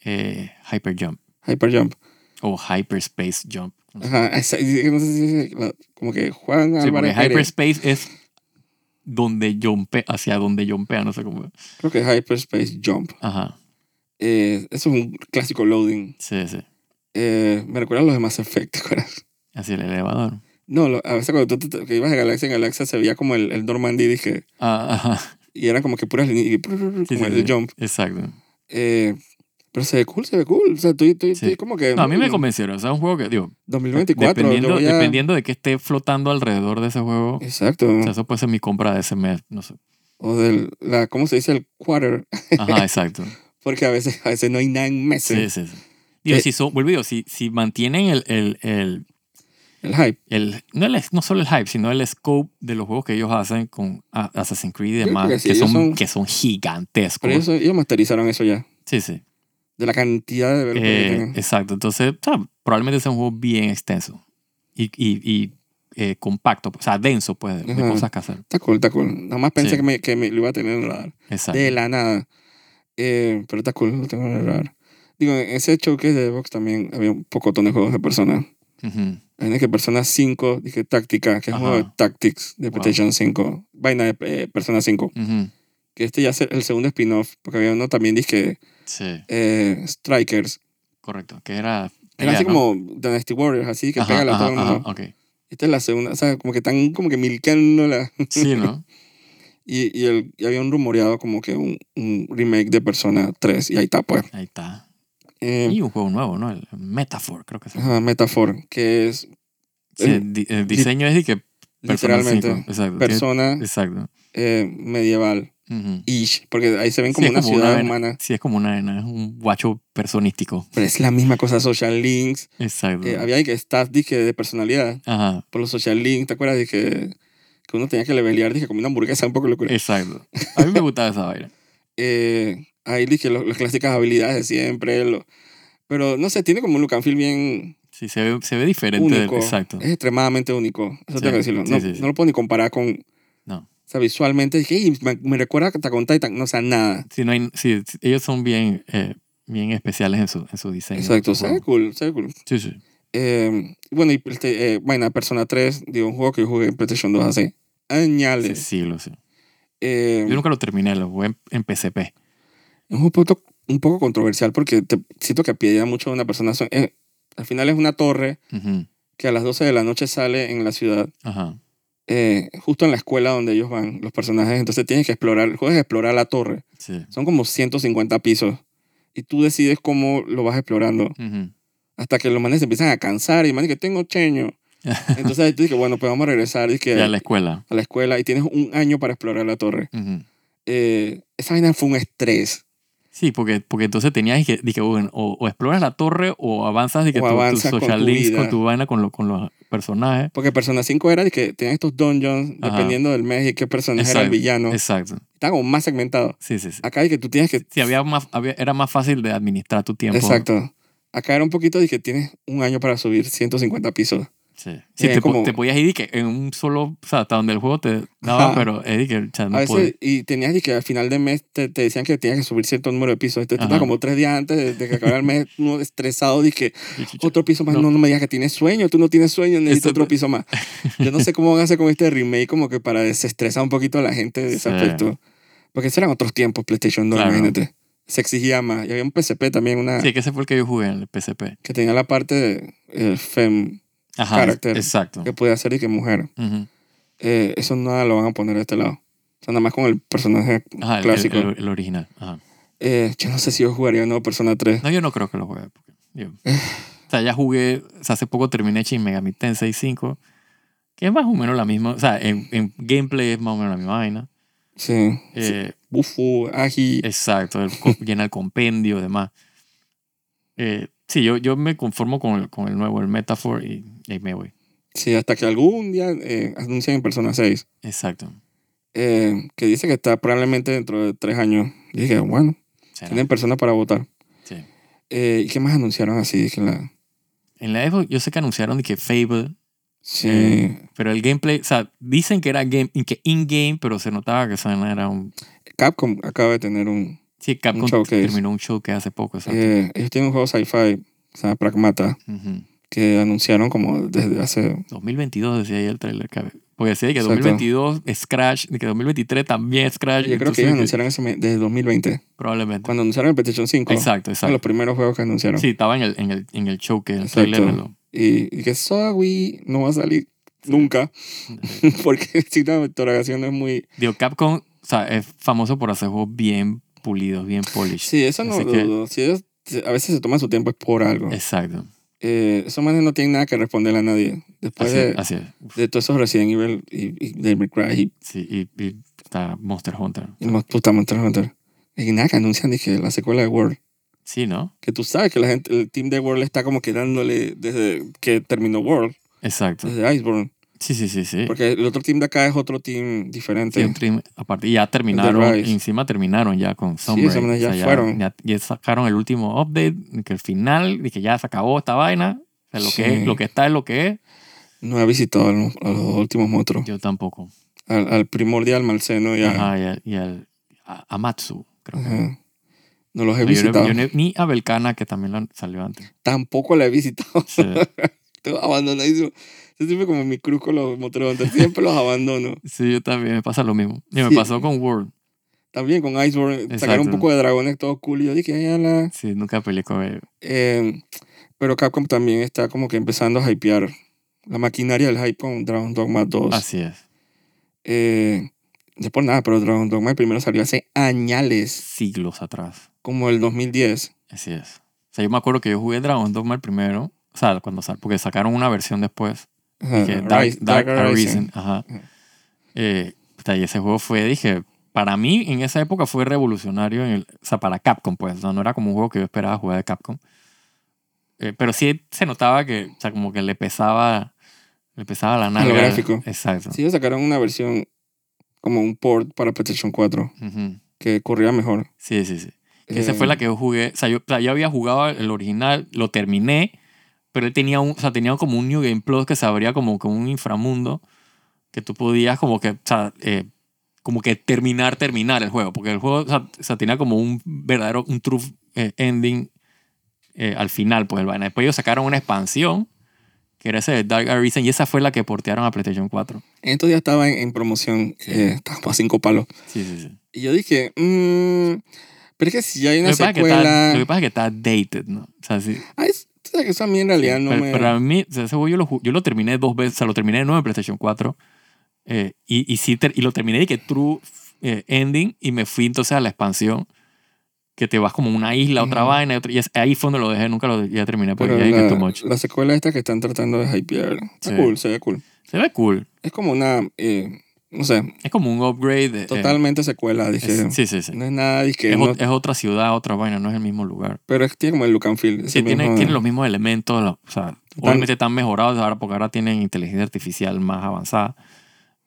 B: Eh, Hyper Jump
A: Hyperjump.
B: o Hyperspace Jump.
A: Ajá, esa- y- no sé si... Como que Juan
B: Sí, porque
A: Álvarez Pérez.
B: Hyperspace es donde jumpea, hacia donde jumpea, no sé cómo.
A: Creo que es Hyperspace Jump.
B: Ajá,
A: Eh, eso es un clásico loading.
B: sí, sí.
A: Eh, me recuerda a los de Mass Effect, ¿te acuerdas?
B: Hacia el elevador.
A: No, lo- a veces cuando tú te- que ibas de galaxia en galaxia se veía como el, el Normandy, dije,
B: Ah, ajá.
A: y eran como que puras líneas, y prrrr,
B: Sí,
A: como
B: sí,
A: el
B: sí.
A: jump.
B: Exacto.
A: Eh, pero se ve cool, se ve cool. O sea, estoy, estoy,
B: Sí.
A: estoy como que...
B: No, a mí me
A: mm,
B: convencieron. O sea, es un juego que, digo,
A: 2024, yo
B: dependiendo,
A: voy a- Eh,
B: dependiendo de que esté flotando alrededor de ese juego,
A: Exacto.
B: o sea, eso puede ser mi compra de ese mes. No sé.
A: O del, la, ¿cómo se dice? El quarter.
B: Ajá, exacto.
A: Porque a veces, a veces no hay nada en
B: Sí,
A: meses.
B: sí, sí. Digo,
A: Que-
B: si son, vuelvo y digo, si, si mantienen el, el, el,
A: El hype.
B: el- no, el- no solo el hype, sino el scope de los juegos que ellos hacen con A- Assassin's Creed y
A: Sí,
B: demás,
A: porque si
B: que,
A: ellos
B: son,
A: son-
B: que son gigantescos.
A: Pero ellos, ellos masterizaron eso ya.
B: Sí, sí.
A: De la cantidad de developers que
B: Eh,
A: tienen.
B: exacto. Entonces, o sea, probablemente sea un juego bien extenso y, y, y, eh, compacto, o sea, denso, pues, de- de
A: Ajá.
B: cosas que hacer.
A: Está cool, está cool. Nada más pensé
B: Sí.
A: que, me, que me lo iba a tener en el radar.
B: Exacto.
A: De la nada. Eh, pero está cool, lo tengo en el radar. Digo, en ese showcase de Xbox también había un pocotón de juegos de Persona.
B: Ujú.
A: Hay que Persona 5, dije Táctica, que es un
B: Ajá.
A: juego de Tactics de
B: Wow.
A: PlayStation 5. Vaina de eh, Persona 5.
B: Ujú.
A: Que este ya es el segundo spin-off, porque había uno también, dije
B: Sí,
A: eh, Strikers.
B: correcto. Que era.
A: Era
B: pelea,
A: así
B: ¿no?
A: como Dynasty Warriors, así que
B: Ajá,
A: pégale a
B: ajá,
A: todo el mundo.
B: ajá, ok.
A: Esta es la segunda, o sea, como que están como que milcando la...
B: Sí, ¿no?
A: Y, y, el- y había un rumoreado como que un, un remake de Persona 3, y ahí está, pues.
B: Ahí está.
A: Eh,
B: Y un juego nuevo, ¿no? El Metaphor, creo que se llama.
A: ajá, Metaphor, que es
B: Sí, el, di- el diseño es de que Persona
A: literalmente
B: 5, Exacto. tiene-
A: Persona
B: exacto.
A: eh, medieval,
B: Ujú.
A: ish, porque ahí se ven como
B: Sí, es
A: una
B: como
A: ciudad
B: una-
A: humana.
B: Sí, es como una, una- es un guacho personístico.
A: Pero es la misma cosa, social links.
B: Exacto.
A: Eh, había que stats, dije, de personalidad.
B: Ajá,
A: Por los social links, ¿te acuerdas? Dije, que uno tenía que levelear, dije, como una hamburguesa, un poco locura.
B: exacto. A mí me gustaba esa vaina.
A: Eh, ahí dije, lo- las clásicas habilidades de siempre. lo- pero no sé, tiene como un look and feel bien
B: Sí, se ve, se ve diferente. del-
A: único.
B: exacto.
A: Es extremadamente único. Eso
B: Sí,
A: tengo que decirlo. No,
B: sí, sí, sí.
A: no lo puedo ni comparar con.
B: No.
A: O sea, visualmente dije, "Ey, me, me recuerda a Attack on Titan. No, o sea, nada.
B: Sí, no hay, sí, sí, ellos son bien, eh, bien especiales en su, en su diseño. en
A: Exacto,
B: su
A: se ve
B: juego.
A: cool, se ve cool.
B: Sí, sí.
A: Eh, bueno, y este, eh, vaina, Persona 3, digo, un juego que yo jugué en PlayStation 2 hace
B: Sí,
A: añales.
B: sí, lo sé.
A: Eh,
B: Yo nunca lo terminé, lo jugué en, en PCP.
A: Es un poco, un poco controversial porque te- siento que apellida mucho a una persona. So- eh, al final es una torre
B: Ujú,
A: que a las 12 de la noche sale en la ciudad,
B: Ajá.
A: eh, justo en la escuela donde ellos van, los personajes. Entonces tienes que explorar, el juego es explorar la torre.
B: Sí.
A: Son como 150 pisos. Y tú decides cómo lo vas explorando.
B: Ujú.
A: Hasta que los manes se empiezan a cansar y manes que tengo cheño. Entonces ahí tú dices, bueno, pues vamos a regresar y que
B: Ya
A: a
B: la escuela.
A: la escuela y tienes un año para explorar la torre.
B: Ujú.
A: Eh, esa vaina fue un estrés.
B: Sí, porque, porque entonces tenías que, dije, bueno, o, o exploras la torre o avanzas de que
A: O
B: tu, tu
A: avanzas con
B: social
A: tu
B: links
A: vida.
B: con tu vaina con, lo- con los personajes.
A: Porque Persona 5 era de que tenían estos dungeons,
B: Ajá.
A: dependiendo del mes y qué personaje era el
B: Exacto,
A: villano.
B: Exacto.
A: Estaba como más segmentado.
B: Sí, sí, sí.
A: Acá de que tú tienes que...
B: Sí, había más, había- era más fácil de administrar tu tiempo.
A: Exacto. Acá era un poquito de que tienes un año para subir 150 pisos.
B: Sí, Sí,
A: Eh,
B: te, po-
A: como-
B: te podías ir y que en un solo, o sea, hasta donde el juego te daba,
A: Ajá.
B: pero es de que o sea, no
A: a veces,
B: podías.
A: y tenías de que al final del mes te, te decían que tenías que subir cierto número de pisos. Entonces tú
B: Ajá.
A: estabas como tres días antes de, de que acabara el mes, uno estresado, de que otro piso más.
B: No.
A: No. no me digas que tienes sueño, tú no tienes sueño, necesito
B: Eso te-
A: otro piso más. Yo no sé cómo van a hacer con este remake, como que para desestresar un poquito a la gente de ese
B: Sí.
A: aspecto. Porque esos eran otros tiempos, PlayStation 2,
B: Claro.
A: imagínate. Se exigía más. Y había un PSP también, una
B: Sí, que ese fue el que yo jugué en el PCP.
A: que tenía la parte de eh, fem,
B: Ajá.
A: Character.
B: Exacto.
A: que podía ser y que mujer.
B: Ujú.
A: Eh, eso nada lo van a poner a este lado. O sea, nada más con el personaje
B: Ajá, el,
A: clásico.
B: el- el original. Ajá.
A: Eh, yo no sé si yo jugaría o no Persona 3.
B: No, yo no creo que lo juegue. porque yo- o sea, ya jugué, o sea, hace poco terminé Shin Megami Tensei 5, que es más o menos la misma, o sea, en, en gameplay es más o menos la misma vaina.
A: Sí. Sí.
B: Eh,
A: Bufu, Aji.
B: Exacto, el co- llena el compendio y demás. Eh, sí, yo, yo me conformo con el, con el nuevo, el Metaphor, y, y ahí me voy.
A: Sí, hasta que algún día eh, anuncian en Persona 6.
B: Exacto.
A: eh, que dice que está probablemente dentro de tres años. Y dije, bueno,
B: Será.
A: tienen personas para votar.
B: Sí.
A: Eh, ¿Y qué más anunciaron así? Dije, la...
B: En la Xbox yo sé que anunciaron de que Fable,
A: Sí.
B: Eh, pero el gameplay, o sea, dicen que era game, y que in-game, pero se notaba que eso no era un...
A: Capcom acaba de tener un...
B: Sí, Capcom
A: showcase.
B: terminó un show que hace poco, exacto.
A: eh, ellos tienen un juego sci-fi, o sea, Pragmata,
B: Ujú.
A: que anunciaron como desde hace...
B: 2022 decía ahí el trailer. que- Porque decía que
A: Exacto.
B: 2022 Scratch, de que 2023 también Scratch.
A: Yo creo que
B: entonces eh,
A: ellos
B: que-
A: anunciaron eso me- desde 2020.
B: Probablemente.
A: Cuando anunciaron el PlayStation 5.
B: Exacto,
A: Fueron
B: exacto.
A: los primeros juegos que anunciaron.
B: Sí, estaba en el, en el, en el show que el
A: Exacto.
B: trailer me lo-
A: Y, y que Sorry no va a salir nunca, porque si la otorgación no es muy...
B: Digo, Capcom o sea, es famoso por hacer juegos bien pulidos, bien polished.
A: Sí, eso no
B: Así
A: lo
B: que-
A: dudo. Si ellos se- a veces se toman su tiempo es por algo.
B: Exacto.
A: Eh, esos manes no tienen nada que responderle a nadie. Después
B: Así,
A: de,
B: es, así es. Uf,
A: de todos esos Resident Evil y, y David Cry
B: sí, y, y está Monster Hunter.
A: y, y más puta Monster Hunter. Y nada, que anuncian dije, la secuela de World.
B: Sí, ¿no?
A: Que tú sabes que la gente, el team de World está como quedándole desde que terminó World,
B: Exacto.
A: desde Iceborne.
B: Sí, sí, sí, sí.
A: Porque el otro team de acá es otro team diferente.
B: Sí, un trim- aparte, y ya terminaron,
A: Rise.
B: y encima terminaron ya con Sunbreak.
A: Sunbreak ya fueron.
B: Ya, ya sacaron el último update, de que el final, de que ya se acabó esta vaina. O sea, lo,
A: Sí.
B: que es, lo que está es lo que es.
A: No he visitado a los, a los últimos monstruos.
B: Yo tampoco.
A: Al, al primordial Malceno ya.
B: Ajá, y al, y al- a, a Matsu, creo que.
A: Ajá. No los he
B: Yo no-
A: visitado.
B: yo no- ni a Belcana, que también la salió antes.
A: Tampoco la he visitado.
B: Sí,
A: Estoy abandonadísimo. Yo siempre como mi cruz con los motorbandas. Siempre los abandono.
B: sí, yo también me pasa lo mismo. Y me
A: Sí.
B: pasó con World.
A: También con Iceborne sacaron un
B: Exacto.
A: poco de dragones todo cool. Y yo dije, "Ay, ala".
B: Sí, nunca peleé con él.
A: Eh, pero Capcom también está como que empezando a hypear la maquinaria del hype con Dragon Dogma 2.
B: Así es.
A: Eh, no es por nada, pero Dragon Dogma el primero salió hace añales,
B: Siglos atrás.
A: como el 2010.
B: Así es. O sea, yo me acuerdo que yo jugué Dragon Dogma el primero. O sea, cuando sal, porque sacaron una versión después.
A: Ajá,
B: que Dark,
A: Rise-
B: Dark
A: Dark Horizon.
B: Arisen, Ajá.
A: Ajá.
B: Eh, puta, y ese juego fue, dije, para mí en esa época fue revolucionario. En el, o sea, para Capcom, pues. O sea, no era como un juego que yo esperaba jugar de Capcom. Eh, pero sí se notaba que, o sea, como que le pesaba, le pesaba la nalga.
A: gráfico.
B: Exacto.
A: Sí, ellos sacaron una versión como un port para PlayStation 4
B: Ujú.
A: que corría mejor.
B: sí, sí, sí. Que esa fue
A: Eh,
B: la que yo jugué. O sea, yo, o sea, yo había jugado el original, lo terminé, pero él tenía, un, o sea, tenía como un New Game Plus que se abría como, como un inframundo que tú podías como que, o sea, eh, como que terminar, terminar el juego. Porque el juego, o sea, o sea, tenía como un verdadero, un true eh, ending eh, al final, pues el vaina. Después ellos sacaron una expansión que era ese de Dark Arisen y esa fue la que portearon a PlayStation 4.
A: En estos días estaba en, en promoción,
B: Sí.
A: eh, estaba como a cinco palos.
B: Sí, sí, sí.
A: Y yo dije, "Mm, pero es que si ya hay
B: Lo
A: una
B: que, pasa es que está, lo que
A: secuela...
B: pasa es que está dated, ¿no? O sea, sí,
A: Ay, es- tú sabes que eso a mí en realidad
B: Sí,
A: no
B: pero,
A: me...
B: pero a mí, o sea, ese juego yo lo, ju- yo lo terminé dos veces, o sea, lo terminé de nuevo en PlayStation 4. eh, y, y, sí ter- y lo terminé de que True eh, Ending y me fui entonces a la expansión, que te vas como a una isla, otra
A: Ujú.
B: vaina, otra- y es- ahí fue donde lo dejé, nunca lo ya terminé, porque
A: pero
B: ya dije
A: la,
B: too much.
A: la secuela esta que están tratando de hypear. Está
B: Sí.
A: cool, se ve cool.
B: Se ve cool,
A: Es como una, eh, no sé,
B: es como un upgrade. de- eh,
A: totalmente secuela. Dije,
B: es- sí, sí, sí.
A: no es nada, dije,
B: Es,
A: no-
B: o- es otra ciudad, otra vaina, no es el mismo lugar.
A: pero es que tiene como el look and feel. ese
B: Sí, tiene,
A: mismo-
B: tiene los mismos elementos, la- o sea, obviamente están mejorados ahora porque ahora tienen inteligencia artificial más avanzada.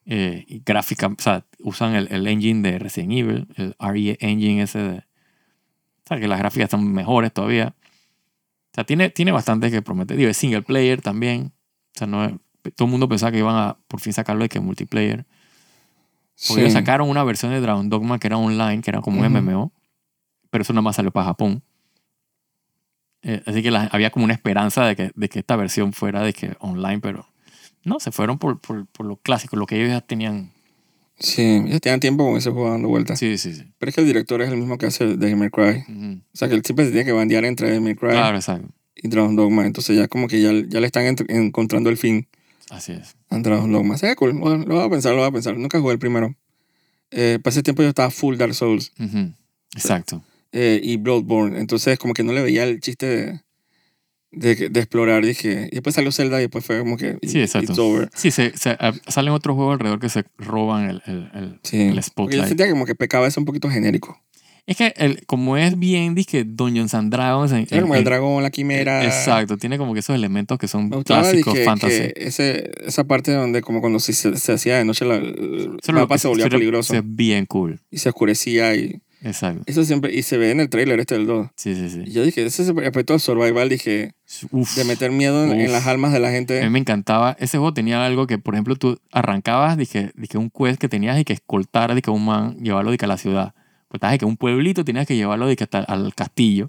B: eh, y gráfica, o sea, usan el, el engine de Resident Evil, el RE engine ese de... O sea, que las gráficas están mejores todavía. O sea, tiene, tiene bastante que prometer. Digo, es single player también. O sea, no es- todo el mundo pensaba que iban a por fin sacarlo de que multiplayer. Porque ellos
A: sí.
B: sacaron una versión de Dragon Dogma que era online, que era como un
A: Ujú.
B: MMO, pero eso nada más salió para Japón. Eh, así que la- había como una esperanza de que, de que esta versión fuera de que online, pero no, se fueron por, por, por lo clásico, lo que ellos ya tenían.
A: Sí, ya tenían tiempo con ese juego dando vueltas.
B: Sí, sí, sí.
A: Pero es que el director es el mismo que hace Devil May Cry.
B: Ujú.
A: O sea, que el siempre se tiene que bandear entre Devil May Cry
B: Claro, exacto.
A: y Dragon Dogma. Entonces ya como que ya, ya le están ent- encontrando el fin
B: Así es.
A: a Dragon Dogma. Se ve cool. Bueno, lo voy a pensar, lo voy a pensar. Nunca jugué el primero. Eh, para ese tiempo yo estaba full Dark Souls
B: Ujú. Exacto.
A: eh, y Bloodborne. Entonces como que no le veía el chiste de, de, que- de explorar. Dije, y después salió Zelda y después fue como que
B: Sí, exacto.
A: it's over.
B: Sí, se, se- ah, salen otros juegos alrededor que se roban el, el- el-
A: Sí.
B: el
A: Porque yo
B: spotlight.
A: sentía como que pecaba eso un poquito genérico.
B: Es que el, como es bien, dije, Dungeons and Dragons en-
A: Era como
B: en-
A: el dragón, la quimera.
B: e-, Exacto, tiene como que esos elementos que son
A: Me gustaba
B: clásicos,
A: dije,
B: fantasy.
A: que ese, esa parte donde como cuando se, se, se hacía de noche la, el
B: Eso es lo
A: mapa
B: que-
A: se volvía
B: eso es-
A: peligroso
B: eso es bien cool.
A: y se oscurecía y
B: Exacto.
A: eso siempre y se ve en el tráiler este del 2.
B: Sí, sí,
A: Y
B: sí.
A: yo dije, ese es el aspecto del survival dije
B: Uf.
A: de meter miedo en, en
B: Uf.
A: las almas de la
B: A mí
A: gente.
B: me encantaba. Ese juego tenía algo que, por ejemplo, tú arrancabas, dije, dije un quest que tenías y que escoltar, dije, a un man, llevarlo dije, a la ciudad. Pues estabas que un pueblito tenías que llevarlo dije, hasta al castillo.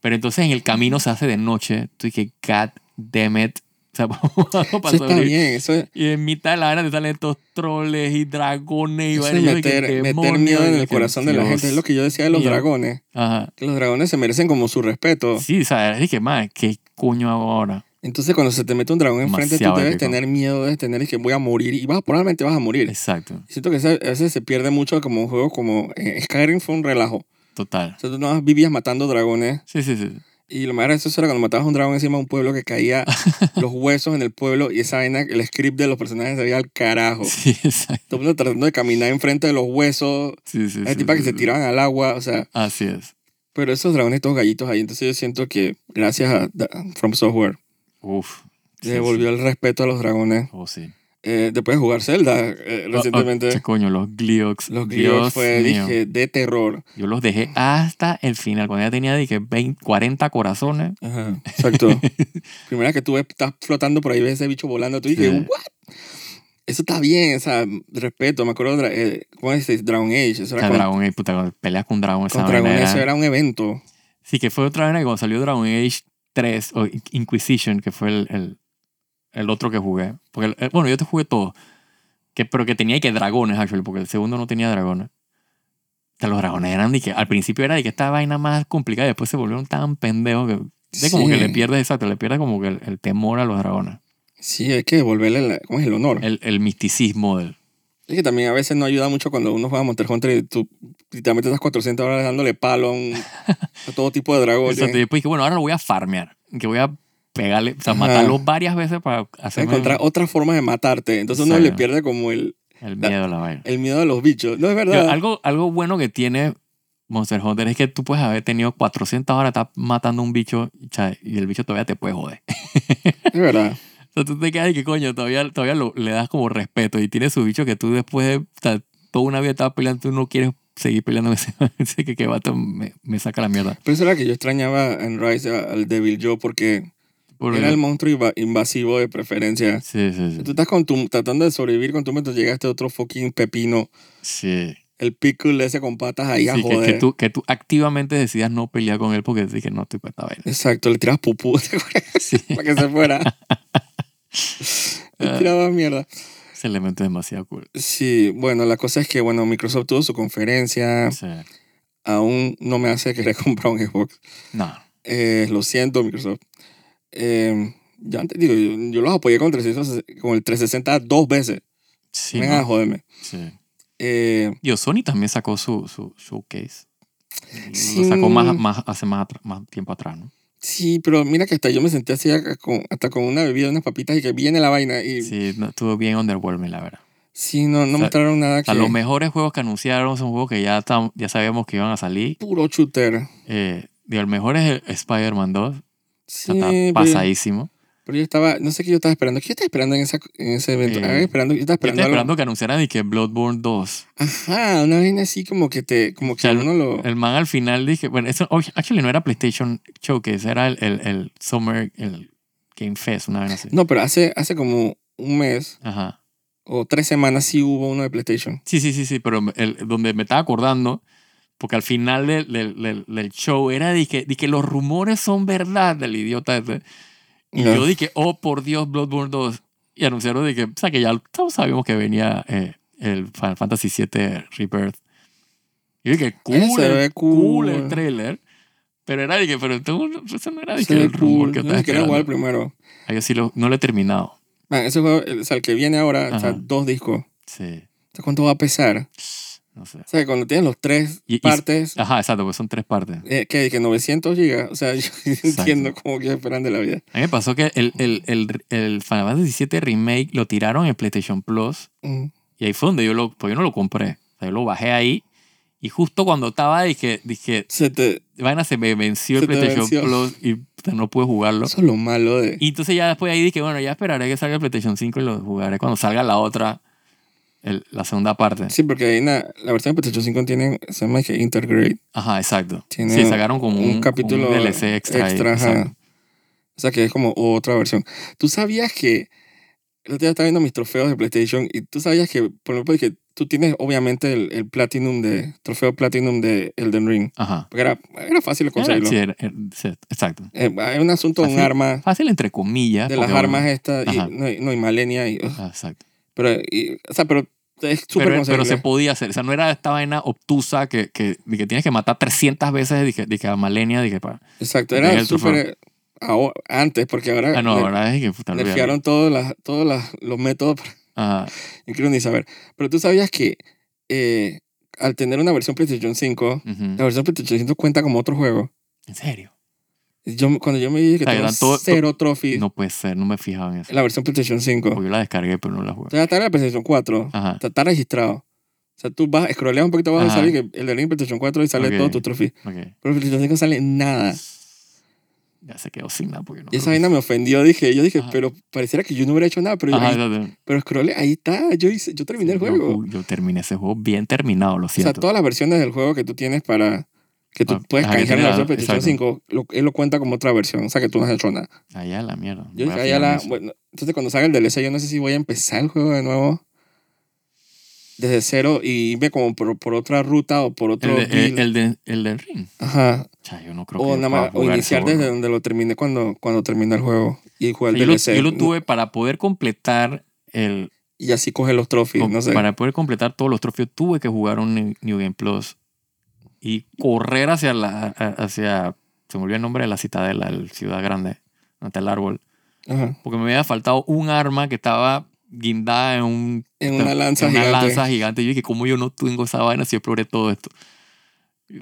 B: Pero entonces en el camino se hace de noche. Tú dije, God damn it. O sea, vamos a
A: Eso está
B: sobrevivir.
A: bien, eso es
B: Y en mitad de la arena te salen estos troles y dragones y
A: eso es
B: vainas. Yo dije,
A: meter, meter
B: demonios,
A: miedo en
B: yo
A: el
B: dije,
A: corazón de la
B: Dios.
A: gente. Es lo que yo decía de los
B: mío.
A: dragones.
B: Ajá.
A: Que los dragones se merecen como su respeto.
B: Sí, o sea, dije, man, ¿qué coño hago ahora?
A: Entonces cuando se te mete un dragón enfrente, tú
B: Demasiado
A: debes
B: épico.
A: tener miedo, debes tener que voy a morir y vas, probablemente vas a morir.
B: Exacto,
A: Siento que esa- a veces se pierde mucho como un juego como eh, Skyrim fue un relajo.
B: total.
A: O sea, tú nomás vivías matando dragones
B: Sí, sí, sí.
A: Y lo más gracioso era cuando matabas a un dragón encima de un pueblo que caía los huesos en el pueblo y esa vaina, el script de los personajes se veía al carajo.
B: Sí, exacto.
A: Todo el mundo tratando de caminar enfrente de los huesos.
B: Sí, sí,
A: Hay
B: sí,
A: tipas
B: sí,
A: que se
B: sí.
A: tiraban al agua, o sea.
B: Así es.
A: Pero esos dragones, estos gallitos ahí, entonces yo siento que gracias a Da- From Software
B: Uf.
A: se
B: Sí,
A: devolvió el respeto a los dragones.
B: sí. Oh, sí.
A: Eh, después de jugar Zelda eh, recientemente,
B: Ah, ah, coño, los Gliox.
A: los
B: Dios
A: Gliox fue,
B: mío.
A: dije, de terror.
B: Yo los dejé hasta el final. Cuando ya tenía, dije, 20, 40 corazones.
A: Ajá, exacto. Primera vez que tú ves- estás flotando por ahí, ves ese bicho volando, tú
B: Sí.
A: dije, ¿what? Eso está bien, o sea, respeto. Me acuerdo, dra- eh, ¿cómo se dice? Dragon Age. Eso
B: O
A: era
B: sea,
A: con,
B: Dragon Age, puta, cuando peleas con Dragon esa
A: con
B: vaina
A: Dragon Age,
B: era-
A: eso era un evento.
B: Sí, que fue otra vez que cuando salió Dragon Age 3 o In- Inquisition, que fue el, el, el otro que jugué. Porque, el- el- bueno, yo te jugué todo. Que, pero que tenía que dragones, actually, porque el segundo no tenía dragones. O sea, los dragones eran de que al principio era de que esta vaina más complicada y después se volvieron tan pendejos que de como
A: Sí.
B: que le pierdes exacto, le pierdes como que el, el temor a los dragones.
A: Sí, hay que devolverle, la- ¿cómo es el honor?
B: El, el misticismo del.
A: Es que también a veces no ayuda mucho cuando uno juega a Monster Hunter y tú literalmente estás 400 horas dándole palo a, un- a todo tipo de eh, dragones.
B: Exacto, y después dije, bueno, ahora lo voy a farmear. Que voy a pegarle, o sea,
A: Ajá.
B: matarlo varias veces para
A: Vas a
B: hacerme
A: encontrar
B: el,
A: otras formas de matarte. Entonces uno
B: Exacto.
A: le pierde como el,
B: el miedo a la vaina.
A: el miedo a los bichos. No es
B: Yo,
A: verdad.
B: algo, algo bueno que tiene Monster Hunter es que tú puedes haber tenido 400 horas, estás matando un bicho o sea, y el bicho todavía te puede joder.
A: Es verdad.
B: O sea, tú te quedas y que coño, todavía, todavía lo- le das como respeto y tiene su bicho que tú después de o sea, toda una vida estabas peleando, tú no quieres seguir peleando con ese que, que vato me, me saca la mierda.
A: Pero eso era que yo extrañaba en Rise a- al Devil Joe porque
B: Por-
A: era el monstruo iba- invasivo de preferencia.
B: Sí, sí, sí.
A: Tú estás con tu, tratando de sobrevivir con tu momento llegaste a otro fucking pepino.
B: sí.
A: El pickle ese con patas ahí a
B: Sí, que,
A: joder.
B: que tú, que tú activamente decidas no pelear con él porque dices que no estoy para esta vaina.
A: Exacto, le tiras pupú
B: Sí,
A: para que se fuera. le tirabas mierda.
B: ese elemento es demasiado cool.
A: Sí, bueno, la cosa es que, bueno, Microsoft tuvo su conferencia.
B: Sí.
A: Aún no me hace querer comprar un Xbox.
B: No,
A: Eh, lo siento, Microsoft. Eh, yo antes digo, yo, yo los apoyé con, 360 con el 360 dos veces.
B: sí.
A: Venga,
B: no,
A: jódeme.
B: sí.
A: Eh,
B: Yo, Sony también sacó su, su showcase.
A: Sí.
B: Lo sacó más, más, hace más, atr- más tiempo atrás, ¿no?
A: sí, pero mira que hasta yo me senté así acá con- hasta con una bebida, unas papitas y que viene la vaina. Y sí,
B: Sí, no, estuvo bien underwhelming, la verdad.
A: no, no
B: sea,
A: mostraron nada
B: O sea,
A: que...
B: los mejores juegos que anunciaron son juegos que ya, tam- ya sabíamos que iban a salir.
A: Puro shooter.
B: Eh, digo, el mejor es el Spider-Man 2. o
A: Sí,
B: sea, está
A: pero,
B: pasadísimo.
A: pero yo estaba... No sé qué yo estaba esperando. ¿Qué yo estaba esperando en, esa, en ese evento?
B: Eh,
A: Ah, esperando, yo estaba esperando,
B: Yo
A: algo-
B: estaba esperando que anunciaran y que Bloodborne 2.
A: Ajá, una vaina así como que te... Como que
B: O sea,
A: uno lo...
B: El man al final dije, bueno, eso oh, actually no era PlayStation Showcase, era el, el, el Summer el Game Fest, una vez así.
A: No, pero hace, hace como un mes
B: Ajá.
A: o tres semanas sí hubo uno de PlayStation.
B: Sí, sí, sí, sí, pero el, donde me estaba acordando, porque al final del, del, del- del show era de que, de que los rumores son verdad del idiota este. Y
A: Ya.
B: yo dije, oh, por Dios, Bloodborne 2. Y anunciaron de que, o sea, que ya todos sabíamos que venía eh, el Final Fantasy VII Rebirth. Y dije, cool,
A: se
B: el-
A: ve
B: cool
A: cool.
B: el trailer. Pero era de que, pero tú- eso no era de
A: Se
B: que
A: ve
B: el rumor
A: cool.
B: que
A: Yo
B: estaba
A: ni siquiera jugar el
B: esperando.
A: primero.
B: Ah, yo sí lo, no lo he terminado.
A: Man, ese juego, el, o sea, el que viene ahora, o sea,
B: Ajá.
A: dos discos.
B: Sí,
A: O sea, ¿Cuánto va a pesar?
B: no sé.
A: O sea, cuando tienes los tres
B: Y- y-
A: partes,
B: Ajá, exacto, porque son tres partes.
A: eh, que, que 900 gigas. O sea, yo entiendo cómo que esperan de la vida.
B: A mí me pasó que el, el, el, el Final Fantasy VII Remake lo tiraron en PlayStation Plus
A: Mm.
B: y ahí fue donde yo lo, pues yo no lo compré. O sea, yo lo bajé ahí y justo cuando estaba dije, dije,
A: Se te,
B: vaina se me venció el
A: Se te
B: PlayStation
A: venció.
B: Plus y puta, no pude jugarlo.
A: eso es lo malo de...
B: Y entonces ya después ahí dije, bueno, ya esperaré que salga el PlayStation 5 y lo jugaré cuando salga la otra, el- la segunda parte.
A: Sí, porque hay una, la versión de PlayStation 5 tiene, se llama que Intergrade.
B: Ajá, exacto.
A: Tiene
B: sí, sacaron como
A: un
B: un,
A: capítulo
B: un DLC extra. ahí,
A: extra, ajá.
B: exacto.
A: O sea, que es como otra versión. ¿Tú sabías que... El otro día estaba viendo mis trofeos de PlayStation y tú sabías que, por ejemplo, que tú tienes obviamente el, el Platinum de... Trofeo Platinum de Elden Ring.
B: Ajá.
A: Porque era, era fácil conseguirlo.
B: Sí, era- era- sí, exacto.
A: Eh, hay un asunto de un
B: Fácil.
A: arma,
B: Fácil entre comillas.
A: de las
B: porque,
A: armas eh. estas, y,
B: Ajá.
A: no, y- no, y Malenia, y, ugh,
B: Ah, Exacto.
A: pero, y- o sea, pero es súper
B: pero, pero
A: conseguible.
B: se podía hacer. O sea, no era esta vaina obtusa que, que, de que tienes que matar 300 veces dije, dije, a Malenia. Dije, pa.
A: Exacto,
B: tenía
A: era
B: el trofeo.
A: súper ahora- antes, porque ahora
B: Ah, no,
A: ne-
B: ahora es que puta olvídalo.
A: Eh, nerfearon todos, las, todos las- los métodos, para-
B: Ajá,
A: no quiero ni saber. Pero tú sabías que eh, al tener una versión PlayStation 5,
B: ujú.
A: la versión PlayStation 5 cuenta como otro juego.
B: En serio.
A: Yo, cuando yo me dije que
B: O sea,
A: tenía
B: eran todo-
A: cero trophies,
B: No puede ser, no me fijaba en eso.
A: la versión PlayStation 5.
B: Porque yo la descargué, pero no la jugué.
A: Entonces, hasta la PlayStation 4
B: Ajá.
A: está, está registrado. O sea, tú vas, scrolleas un poquito abajo
B: Ah. Ajá.
A: y sale que el de Link PlayStation 4 y sale
B: Ok.
A: todos tus trophies.
B: Ok.
A: Pero en PlayStation 5 sale nada.
B: Ya se quedó sin nada porque no.
A: Ah. Y esa
B: creo que-
A: vaina me ofendió. Dije, yo dije,
B: Ajá.
A: pero pareciera que yo no hubiera hecho nada. Pero,
B: Ajá,
A: ahí-
B: exacto.
A: pero scrolle, ahí está. Yo, hice, yo terminé el
B: Yo
A: juego.
B: ju- Yo, terminé ese juego bien terminado, lo
A: O sea,
B: siento.
A: todas las versiones del juego que tú tienes para que tú
B: Ah,
A: puedes
B: ajá, que
A: canjear en la
B: tiene la-
A: versión de PlayStation 5, lo- él lo cuenta como otra versión, o sea que tú no has hecho nada.
B: Allá la mierda.
A: Yo
B: Voy a
A: dije, "Ah, ya la,
B: fijarme eso.
A: bueno, entonces cuando salga el DLC, yo no sé si voy a empezar el juego de nuevo desde cero y irme como por, por otra ruta o por otro
B: el, de, el,
A: build.
B: el de, el del ring.
A: Ajá.
B: Cha, yo no creo que
A: O,
B: yo
A: nada
B: pueda
A: más, o
B: jugar ese
A: iniciar
B: juego.
A: desde donde lo terminé cuando, cuando termina el juego y
B: O
A: jugar
B: sea,
A: el
B: yo, lo,
A: DLC.
B: yo lo tuve para poder completar el
A: Y así coge los trophies,
B: com-
A: no sé.
B: para poder completar todos los trofeos tuve que jugar un New- New Game Plus y correr hacia la a- hacia se me olvidó el nombre de la citadela, el ciudad grande, donde está el árbol,
A: Ajá.
B: porque me había faltado un arma que estaba guindada en un
A: En una lanza
B: en una
A: gigante.
B: lanza gigante. Yo dije, ¿cómo yo no tengo esa vaina si exploré todo esto?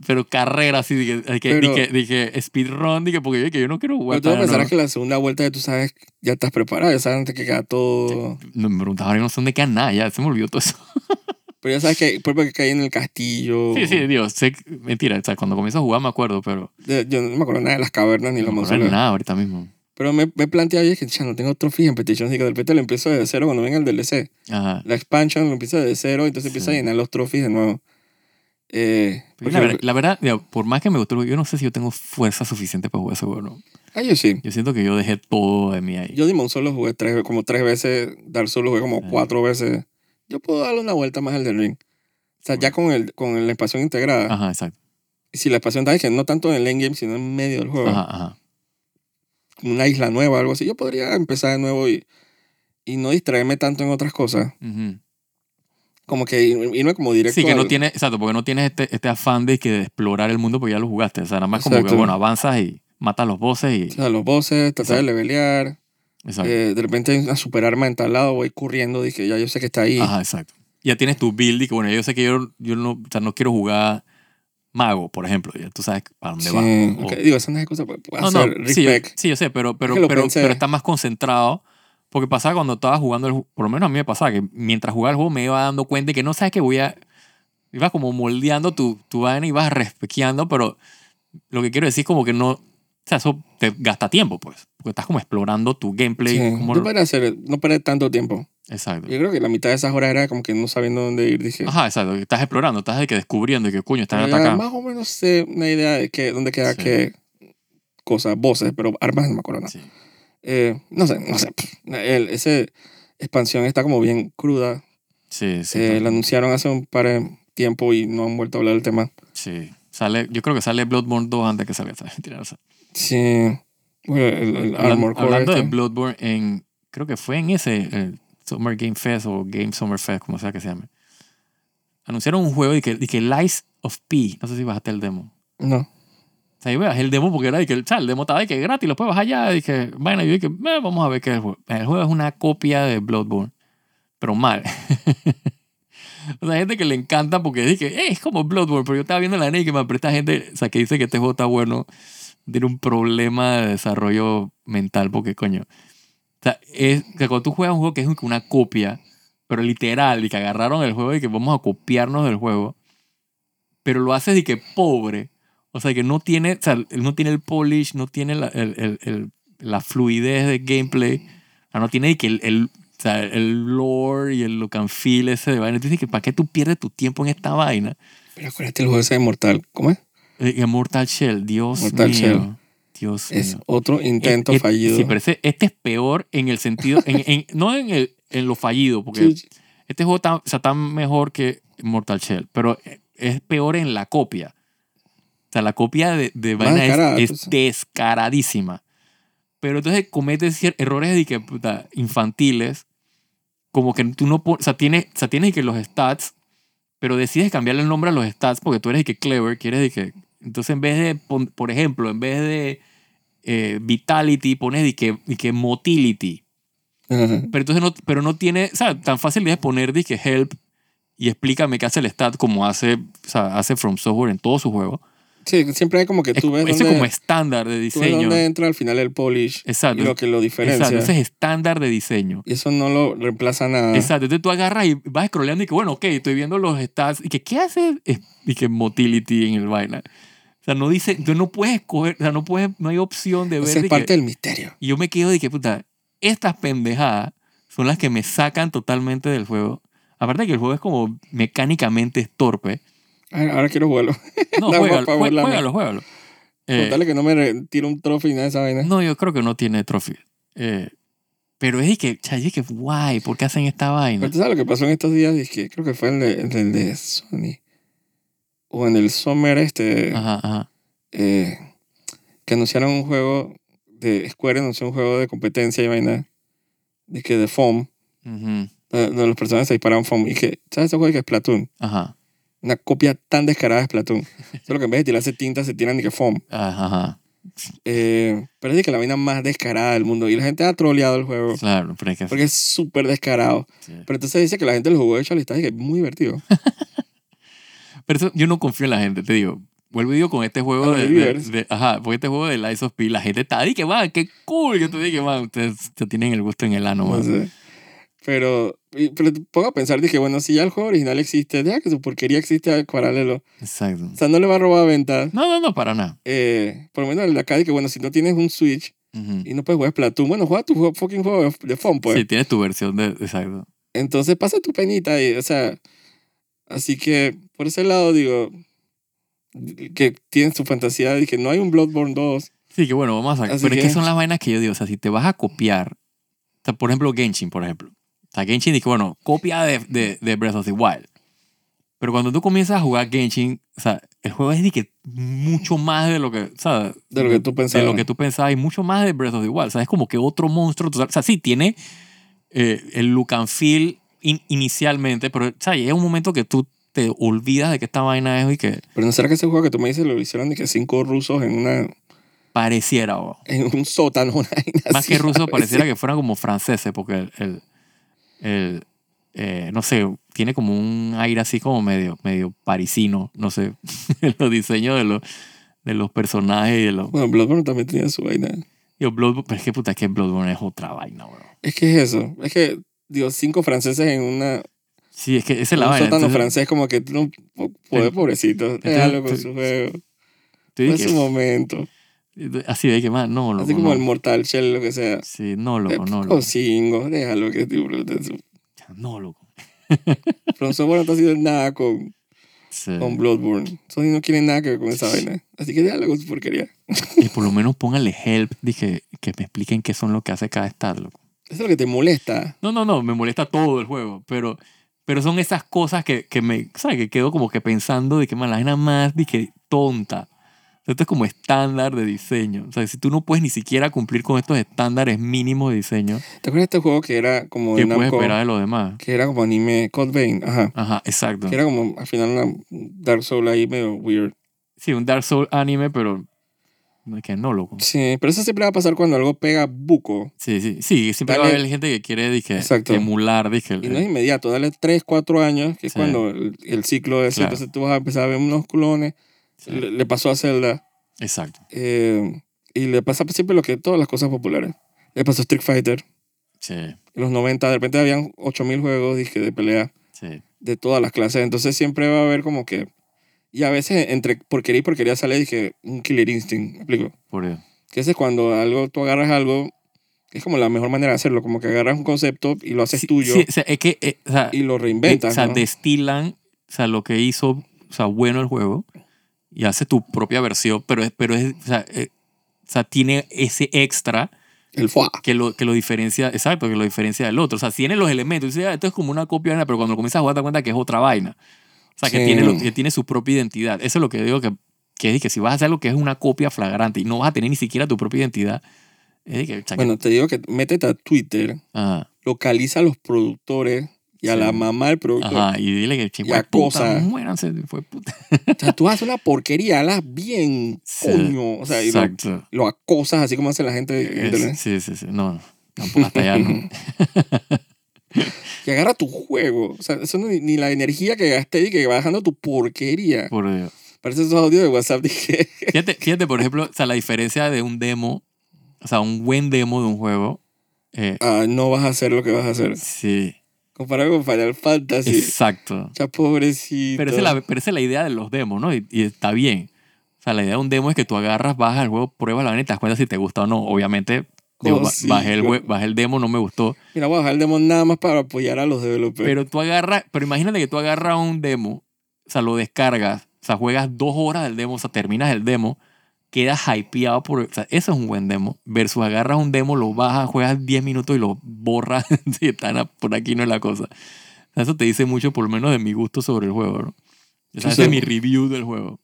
B: Pero carrera, así, dije, dije,
A: Pero-
B: dije, dije, speedrun, dije, porque yo dije, yo no quiero jugar.
A: Pero tú no
B: para
A: pensarás
B: no.
A: que la segunda vuelta ya tú sabes, ya estás preparado, ya sabes antes que queda todo...
B: No, me preguntaba, ahora no sé dónde queda nada, ya se me olvidó todo eso.
A: Pero ya sabes que por ejemplo, que caí en el castillo.
B: Sí, sí, Dios, sé, que- mentira, o sea, cuando comienzo a jugar me acuerdo, pero
A: De- yo no me acuerdo nada de las cavernas ni
B: no
A: los
B: me acuerdo de
A: mausoleos.
B: nada ahorita mismo.
A: Pero me, me planteaba y es que ya no tengo trophies en Petition, así que de repente lo empiezo desde cero cuando venga el DLC.
B: Ajá.
A: La expansion lo empiezo desde cero, entonces
B: Sí.
A: empiezo a llenar los trophies de nuevo. Eh,
B: Pero
A: porque-
B: la, ver- la verdad, mira, por más que me gustó, el juego, yo no sé si yo tengo fuerza suficiente para jugar ese juego. ¿no?
A: ah, yo sí.
B: Yo siento que yo dejé todo de mí ahí.
A: Yo Demon Souls lo jugué tres, como tres veces, Dark Souls lo jugué como
B: Ah.
A: cuatro veces. Yo puedo darle una vuelta más al del ring. O sea, ya con, el, con la expansión integrada.
B: Ajá, exacto.
A: Y si la expansión está, es que no tanto en el endgame, sino en medio del juego.
B: Ajá, ajá.
A: como una isla nueva, algo así. Yo podría empezar de nuevo y, y no distraerme tanto en otras cosas.
B: Ujú.
A: Como que ir- irme como directo.
B: Sí, que no
A: al-
B: tiene, exacto, porque no tienes este, este afán de que de explorar el mundo porque ya lo jugaste. O sea, nada más como que,
A: Exacto.
B: bueno, avanzas y matas los bosses y...
A: O sea, los bosses, tratar de levelear.
B: Exacto.
A: eh, de repente hay una super arma en tal lado, voy corriendo, dije, ya yo sé que está ahí.
B: Ajá, exacto. Ya tienes tu build y que, bueno, yo sé que yo, yo no, o sea, no quiero jugar mago, por ejemplo. Ya tú sabes para dónde
A: Sí,
B: vas. O-
A: ok, Digo, esas no es cosa que puedo
B: No,
A: hacer.
B: no, sí, yo,
A: respect.
B: sí, yo sé, pero, pero,
A: Es que lo
B: pero,
A: pensé.
B: pero estás más concentrado. Porque pasaba cuando estaba jugando, el, ju- por lo menos a mí me pasaba, que mientras jugaba el juego me iba dando cuenta de que no sabes que voy a... Ibas como moldeando tu, tu vaina y vas respequeando, pero lo que quiero decir es como que no... O sea, eso te gasta tiempo, pues. Porque estás como explorando tu gameplay.
A: Sí,
B: como-
A: Yo eh, podría hacer, no perdí tanto tiempo.
B: Exacto.
A: Yo creo que la mitad de esas horas era como que no sabiendo dónde ir, dije.
B: Ajá, exacto. que Estás explorando, estás de que descubriendo y que coño, están
A: "Ya
B: atacando.
A: más o menos sé una idea de que, dónde queda
B: Sí.
A: qué cosas, voces, pero armas no me acuerdo nada.
B: Sí.
A: Eh, no sé, no sé. pff, El, ese expansión está como bien cruda.
B: Sí, sí.
A: Eh,
B: tal-
A: la anunciaron hace un par de tiempo y no han vuelto a hablar del tema.
B: sí. Sale, yo creo que sale Bloodborne 2 antes que salga esta mentira, o sea.
A: Sí. Bueno, el, el
B: Hablan-
A: Armor Core.
B: hablando de
A: este.
B: Bloodborne, en, creo que fue en ese el Summer Game Fest o Game Summer Fest, como sea que se llame. Anunciaron un juego y que, y que Lies of P. No sé si bajaste el demo.
A: No.
B: O sea, yo bajé el demo porque era de que el, el demo estaba de que gratis, lo puedes bajar ya. Dije, bueno, yo dije, "Eh, vamos a ver qué es el juego. El juego es una copia de Bloodborne, pero mal. o sea, hay gente que le encanta porque dije, "Eh, es como Bloodborne, pero yo estaba viendo la neta y que me esta gente, o sea, que dice que este juego está bueno, tiene un problema de desarrollo mental porque, coño. O sea, es, o sea, cuando tú juegas un juego que es una copia, pero literal, y que agarraron el juego y que vamos a copiarnos del juego, pero lo haces y que pobre. O sea, que no tiene, o sea, no tiene el polish, no tiene la, el- el- el- la fluidez de gameplay. O sea, no tiene que el, el, o sea, el lore y el look and feel ese de vaina. Dice que ¿para qué tú pierdes tu tiempo en esta vaina?
A: Pero acuérdate el juego ese de Mortal. ¿Cómo es?
B: Eh, en Mortal Shell, Dios
A: Mortal
B: mío.
A: Shell.
B: Dios
A: Es
B: mío.
A: otro intento
B: Eh, eh,
A: fallido.
B: Sí, pero ese- este es peor en el sentido, en- en- no en, el, en lo fallido, porque
A: Sí,
B: este juego está, o sea, está mejor que Mortal Shell, pero es peor en la copia. O sea, la copia de, de
A: Más
B: vaina es-
A: descarada,
B: es,
A: pues.
B: descaradísima. Pero entonces comete cier- errores de que, puta, infantiles, como que tú no pones, o sea, tienes, o sea, tienes de que los stats, pero decides cambiarle el nombre a los stats porque tú eres de que clever, quieres de que... Entonces, en vez de, pon- por ejemplo, en vez de eh, vitality, pones de que, de que motility.
A: Ajá.
B: Pero entonces no, pero no tiene, o sea, tan fácil es poner, dije, help y explícame qué hace el stat como hace, o sea, hace From Software en todo su juego.
A: Sí, siempre hay como que
B: Es,
A: tú ves
B: ese
A: dónde,
B: como estándar de
A: tú ves
B: diseño.
A: dónde entra al final el polish
B: Exacto.
A: y lo que lo diferencia. Ah.
B: Exacto, ese es estándar de diseño.
A: Y eso no lo reemplaza nada.
B: Exacto, entonces tú agarras y vas scrolleando y que, bueno, ok, estoy viendo los stats. Y que, ¿qué hace? Eh, Y que motility en el vaina. O sea, no dice, tú no puedes escoger, o sea, no puedes, no hay opción de ver.
A: Esa es
B: de
A: parte
B: que,
A: del misterio.
B: y yo me quedo de que, puta, estas pendejadas son las que me sacan totalmente del juego. Aparte de que el juego es como mecánicamente es torpe.
A: Ahora ahora quiero jugarlo.
B: No,
A: Nada más
B: juégalo,
A: para
B: jue-
A: burlarme.
B: juégalo, juégalo. Eh,
A: Contarle que no me re- tiro un trofeo y nada de esa vaina.
B: No, yo creo que no tiene trophy. Eh, pero es de que, chay, es que, guay, ¿por qué hacen esta vaina?
A: Pero tú sabes lo que pasó en estos días, es que creo que fue en el, en el de Sony. O en el Summer este,
B: Ajá, ajá.
A: eh, que anunciaron un juego de Square, anunció un juego de competencia y vaina, de que de foam,
B: Ujú,
A: eh, donde los personajes se disparaban foam. Y que, ¿sabes ese juego que es Platoon?
B: Ajá,
A: Una copia tan descarada de Platoon. Solo que en vez de tirarse tinta, se tiran y que foam.
B: ajá, ajá.
A: Eh, pero es de que la vaina más descarada del mundo. Y la gente ha troleado el juego.
B: Claro, pero es que...
A: Porque es súper descarado.
B: sí.
A: Pero entonces dice que la gente lo jugó de Charleston y que es muy divertido.
B: Pero eso- yo no confío en la gente, te digo. Vuelvo y digo con este juego
A: A los
B: de, de-
A: reviewers.
B: de- Ajá, porque este juego de Lies of P, la gente está ahí que va, qué cool. Yo te dije, man, ustedes te tienen el gusto en el ano,
A: No
B: man.
A: sé. Pero, y- pero te pongo a pensar, dije, bueno, si ya el juego original existe, deja que su porquería existe al paralelo.
B: Exacto.
A: O sea, no le va a robar ventas.
B: No, no, no, para nada.
A: Eh, por lo menos el de acá, de que bueno, si no tienes un Switch
B: Ujú.
A: y no puedes jugar Splatoon, bueno, juega tu juego- fucking juego de- de phone, pues.
B: Sí, tienes tu versión de... Exacto.
A: Entonces pasa tu penita y, o sea, así que por ese lado digo que tienes tu fantasía de que no hay un Bloodborne 2.
B: Sí, que bueno, vamos a sacar.
A: Así
B: Pero es
A: que-
B: que son las vainas que yo digo. O sea, si te vas a copiar. O sea, por ejemplo, Genshin, por ejemplo. O sea, Genshin dije, bueno, copia de, de, de Breath of the Wild. Pero cuando tú comienzas a jugar Genshin, o sea, el juego es de que mucho más de lo que, o sea,
A: De lo que tú pensabas.
B: De lo que tú pensabas y mucho más de Breath of the Wild. O sea, es como que otro monstruo. total. O sea, sí, tiene eh, el look and feel in- inicialmente, pero, o sea, llega un momento que tú te olvidas de que esta vaina es y que
A: Pero no será que ese juego que tú me dices lo hicieron de que cinco rusos en una
B: pareciera, o
A: en un sótano. una vaina
B: más
A: así,
B: que rusos,
A: ¿sabes?
B: pareciera que fueran como franceses, porque el, el, el, eh, no sé, tiene como un aire así como medio, medio parisino, no sé, los diseños de los, de los personajes y de los...
A: Bueno, Bloodborne también tenía su vaina.
B: Yo, Bloodborne, pero es que puta, es que Bloodborne es otra vaina, bro.
A: Es que es eso. Es que, digo, cinco franceses en una,
B: Sí, es que esa es
A: un
B: la vaina.
A: sótano
B: Entonces,
A: francés, como que tú no pobre,
B: Entonces-
A: pobrecito.
B: entonces-
A: Déjalo con su juego.
B: tú
A: En
B: dices
A: su momento.
B: que- así de que más, no, loco,
A: Así como
B: no.
A: el Mortal Shell, lo que sea.
B: Sí, no, loco, no,
A: O
B: loco.
A: cinco, déjalo que disfrute su
B: No, loco.
A: From Software no está haciendo nada con,
B: Sí.
A: con Bloodborne. Sony no quiere nada que ver con esa vaina. Así que déjalo con su porquería.
B: Y por lo menos póngale help, dije, que me expliquen qué son lo que hace cada estado, loco.
A: Eso es lo que te molesta.
B: No, no, no, me molesta todo el juego, pero, pero son esas cosas que, que me, ¿sabes? Que quedo como que pensando de que, man, la vaina más, de que tonta. O sea, Esto es como estándar de diseño. O sea, si tú no puedes ni siquiera cumplir con estos estándares mínimos de diseño,
A: ¿Te acuerdas de este juego que era como de
B: ¿qué puedes
A: Namco?
B: esperar de los demás?
A: Que era como anime Code Vein. Ajá.
B: Ajá, exacto.
A: Que era como al final una Dark Souls ahí medio weird.
B: Sí, un Dark Souls anime, pero no, es que no, loco.
A: Sí, pero eso siempre va a pasar cuando algo pega buco.
B: Sí, sí, sí, siempre va a
A: Dale.
B: haber gente que quiere, dije,
A: Exacto.
B: emular, dije. eh, el-
A: Y no es inmediato, dale 3, 4 años, que es
B: Sí.
A: cuando el, el ciclo es.
B: Claro.
A: Entonces tú vas a empezar a ver unos clones.
B: sí,
A: Le, le pasó a Zelda.
B: Exacto.
A: eh, y le pasa siempre lo que todas las cosas populares. Le pasó a Street Fighter.
B: Sí,
A: En los 90, de repente habían 8000 juegos dizque, de pelea
B: sí.
A: de todas las clases. Entonces siempre va a haber como que. Y a veces entre porquería y porquería sale dije, un Killer Instinct. ¿Me explico?
B: Por eso.
A: Que ese es cuando algo, tú agarras algo, es como la mejor manera de hacerlo, como que agarras un concepto y lo haces
B: Sí,
A: tuyo
B: sí, o sea, es que, eh, o sea,
A: y lo
B: de-
A: reinventas.
B: o sea,
A: ¿no?
B: destilan o sea, lo que hizo o sea, bueno el juego y hace tu propia versión, pero, es- pero es, o sea, eh, o sea, tiene ese extra
A: El fuá.
B: que lo, que lo diferencia, exacto, que lo diferencia del otro. O sea, tiene los elementos. Dices, "Ah, esto es como una copia, vaina", pero cuando lo comienzas a jugar te das cuenta que es otra vaina. O sea, que,
A: Sí.
B: tiene lo- que tiene su propia identidad. Eso es lo que digo que, que es que si vas a hacer lo que es una copia flagrante y no vas a tener ni siquiera tu propia identidad, es de que, o sea, que-
A: Bueno, te digo que métete a Twitter,
B: ajá,
A: localiza a los productores y a
B: Sí.
A: la mamá del productor.
B: ajá, y dile que
A: Y
B: chingüe
A: acosa.
B: puta, muéranse, fue puta.
A: O sea, tú haces una porquería, hazla bien,
B: Sí.
A: coño. O sea, y lo,
B: Exacto.
A: lo acosas así como hace la gente en
B: Es-
A: internet.
B: sí, sí, sí. No, no. Tampoco hasta allá, no.
A: Y agarra tu juego. O sea, eso no, ni, ni la energía que gasté y que va dejando tu porquería.
B: Por Dios.
A: Parece esos audios de WhatsApp. Dije,
B: Fíjate, fíjate, por ejemplo, o sea, la diferencia de un demo, o sea, un buen demo de un juego. eh,
A: ah, no vas a hacer lo que vas a hacer.
B: sí,
A: Comparado con Final Fantasy.
B: exacto.
A: Ya pobrecito.
B: Pero esa, es la, pero esa es la idea de los demos, ¿no? Y, y está bien. O sea, la idea de un demo es que tú agarras, bajas el juego, pruebas la vaina y te das cuenta si te gusta o no. Obviamente, digo,
A: Oh,
B: ba-
A: sí,
B: bajé, el,
A: yo-
B: jue- bajé el demo, no me gustó.
A: Mira, voy a bajar el demo nada más para apoyar a los developers.
B: Pero tú agarras, pero imagínate que tú agarras un demo, o sea, lo descargas, o sea, juegas dos horas del demo, o sea, terminas el demo, quedas hypeado por, o sea, eso es un buen demo, versus agarras un demo, lo bajas, juegas 10 minutos y lo borras, si están por aquí no es la cosa. O sea, eso te dice mucho, por lo menos, de mi gusto sobre el juego, ¿no? O sea,
A: Sí,
B: ese es
A: sí.
B: mi review del juego.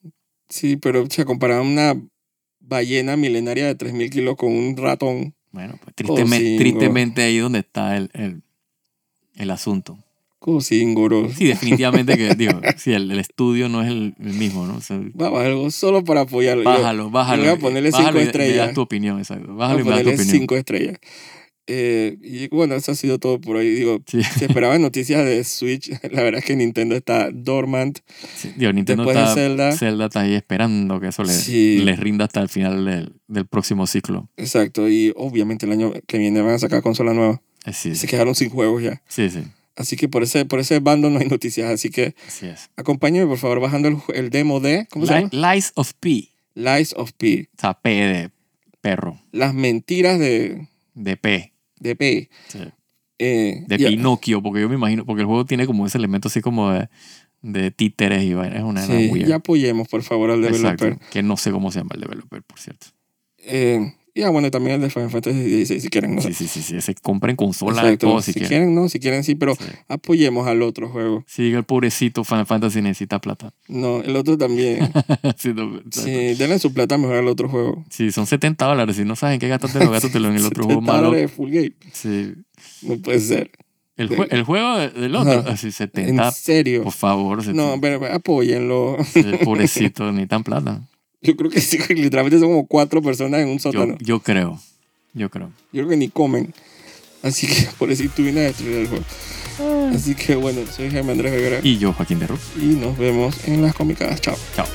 A: Sí, pero se comparaba una ballena milenaria de 3.000 kilos con un ratón.
B: Bueno, pues tristemente,
A: Oh, sí,
B: tristemente ahí es donde está el, el, el asunto.
A: Cosingoro.
B: Sí, definitivamente que, digo, sí, el, el estudio no es el, el mismo, ¿no? O sea,
A: Va a bajar algo solo para apoyarlo. Yo-
B: Bájalo, bájalo.
A: voy a ponerle cinco
B: Bájalo y- y
A: estrellas.
B: me das tu opinión, exacto.
A: Vamos
B: Bájalo y
A: a
B: me das tu
A: ponerle
B: opinión.
A: cinco estrellas. Eh, y bueno, eso ha sido todo por hoy. Digo,
B: Sí.
A: si esperaban noticias de Switch, la verdad es que Nintendo está dormant.
B: Sí, Digo, Nintendo
A: Después
B: está,
A: de Zelda.
B: Zelda está ahí esperando que eso le,
A: Sí.
B: le rinda hasta el final del, del próximo ciclo.
A: Exacto. Y obviamente el año que viene van a sacar consola nueva.
B: Eh, Sí,
A: Se
B: sí,
A: quedaron sin juegos ya.
B: sí, sí,
A: Así que por ese, por ese bando no hay noticias. Así que
B: así es.
A: acompáñenme, por favor, bajando el, ju- el demo de. ¿Cómo se
B: Li-
A: llama?
B: Lies of P.
A: Lies of P.
B: O sea, P de perro,
A: Las mentiras de,
B: de P,
A: de P.
B: sí,
A: Eh,
B: de
A: y-
B: Pinocchio, porque yo me imagino, porque el juego tiene como ese elemento así como de, de títeres y vaina. Es una
A: sí,
B: una
A: y
B: bulla.
A: apoyemos, por favor, al developer.
B: Exacto, que no sé cómo se llama el developer, por cierto.
A: Eh, y ah, bueno, también el de Final Fantasy XVI, si quieren. ¿no?
B: Sí, sí, sí, sí. Se compren consolas,
A: Exacto.
B: todo si,
A: si, quieren.
B: quieren.
A: no, si quieren, sí, pero
B: Sí.
A: apoyemos al otro juego.
B: Sí, el pobrecito Final Fantasy necesita plata.
A: No, el otro también.
B: sí, no, exacto. sí.
A: sí, denle su plata mejor al otro juego.
B: son 70 dólares. Si no saben qué gastártelo, gástatelo en el otro
A: 70
B: juego malo.
A: dólares de full game.
B: Sí.
A: No puede ser.
B: El, jue- el juego de- del otro.
A: Ajá.
B: Así,
A: En
B: 70.
A: serio.
B: Por favor. se-
A: No, pero pero apóyenlo.
B: sí, pobrecito, necesitan plata.
A: Yo creo que sí, que literalmente son como cuatro personas en un
B: Yo,
A: sótano. Yo,
B: yo creo. Yo creo.
A: creo que ni comen. Así que por eso tú vienes a destruir el juego. Así que bueno, soy Jaime Andrés Vergara
B: Y yo, Joaquín de Ruz.
A: y nos vemos en las comicadas. Chao.
B: Chao.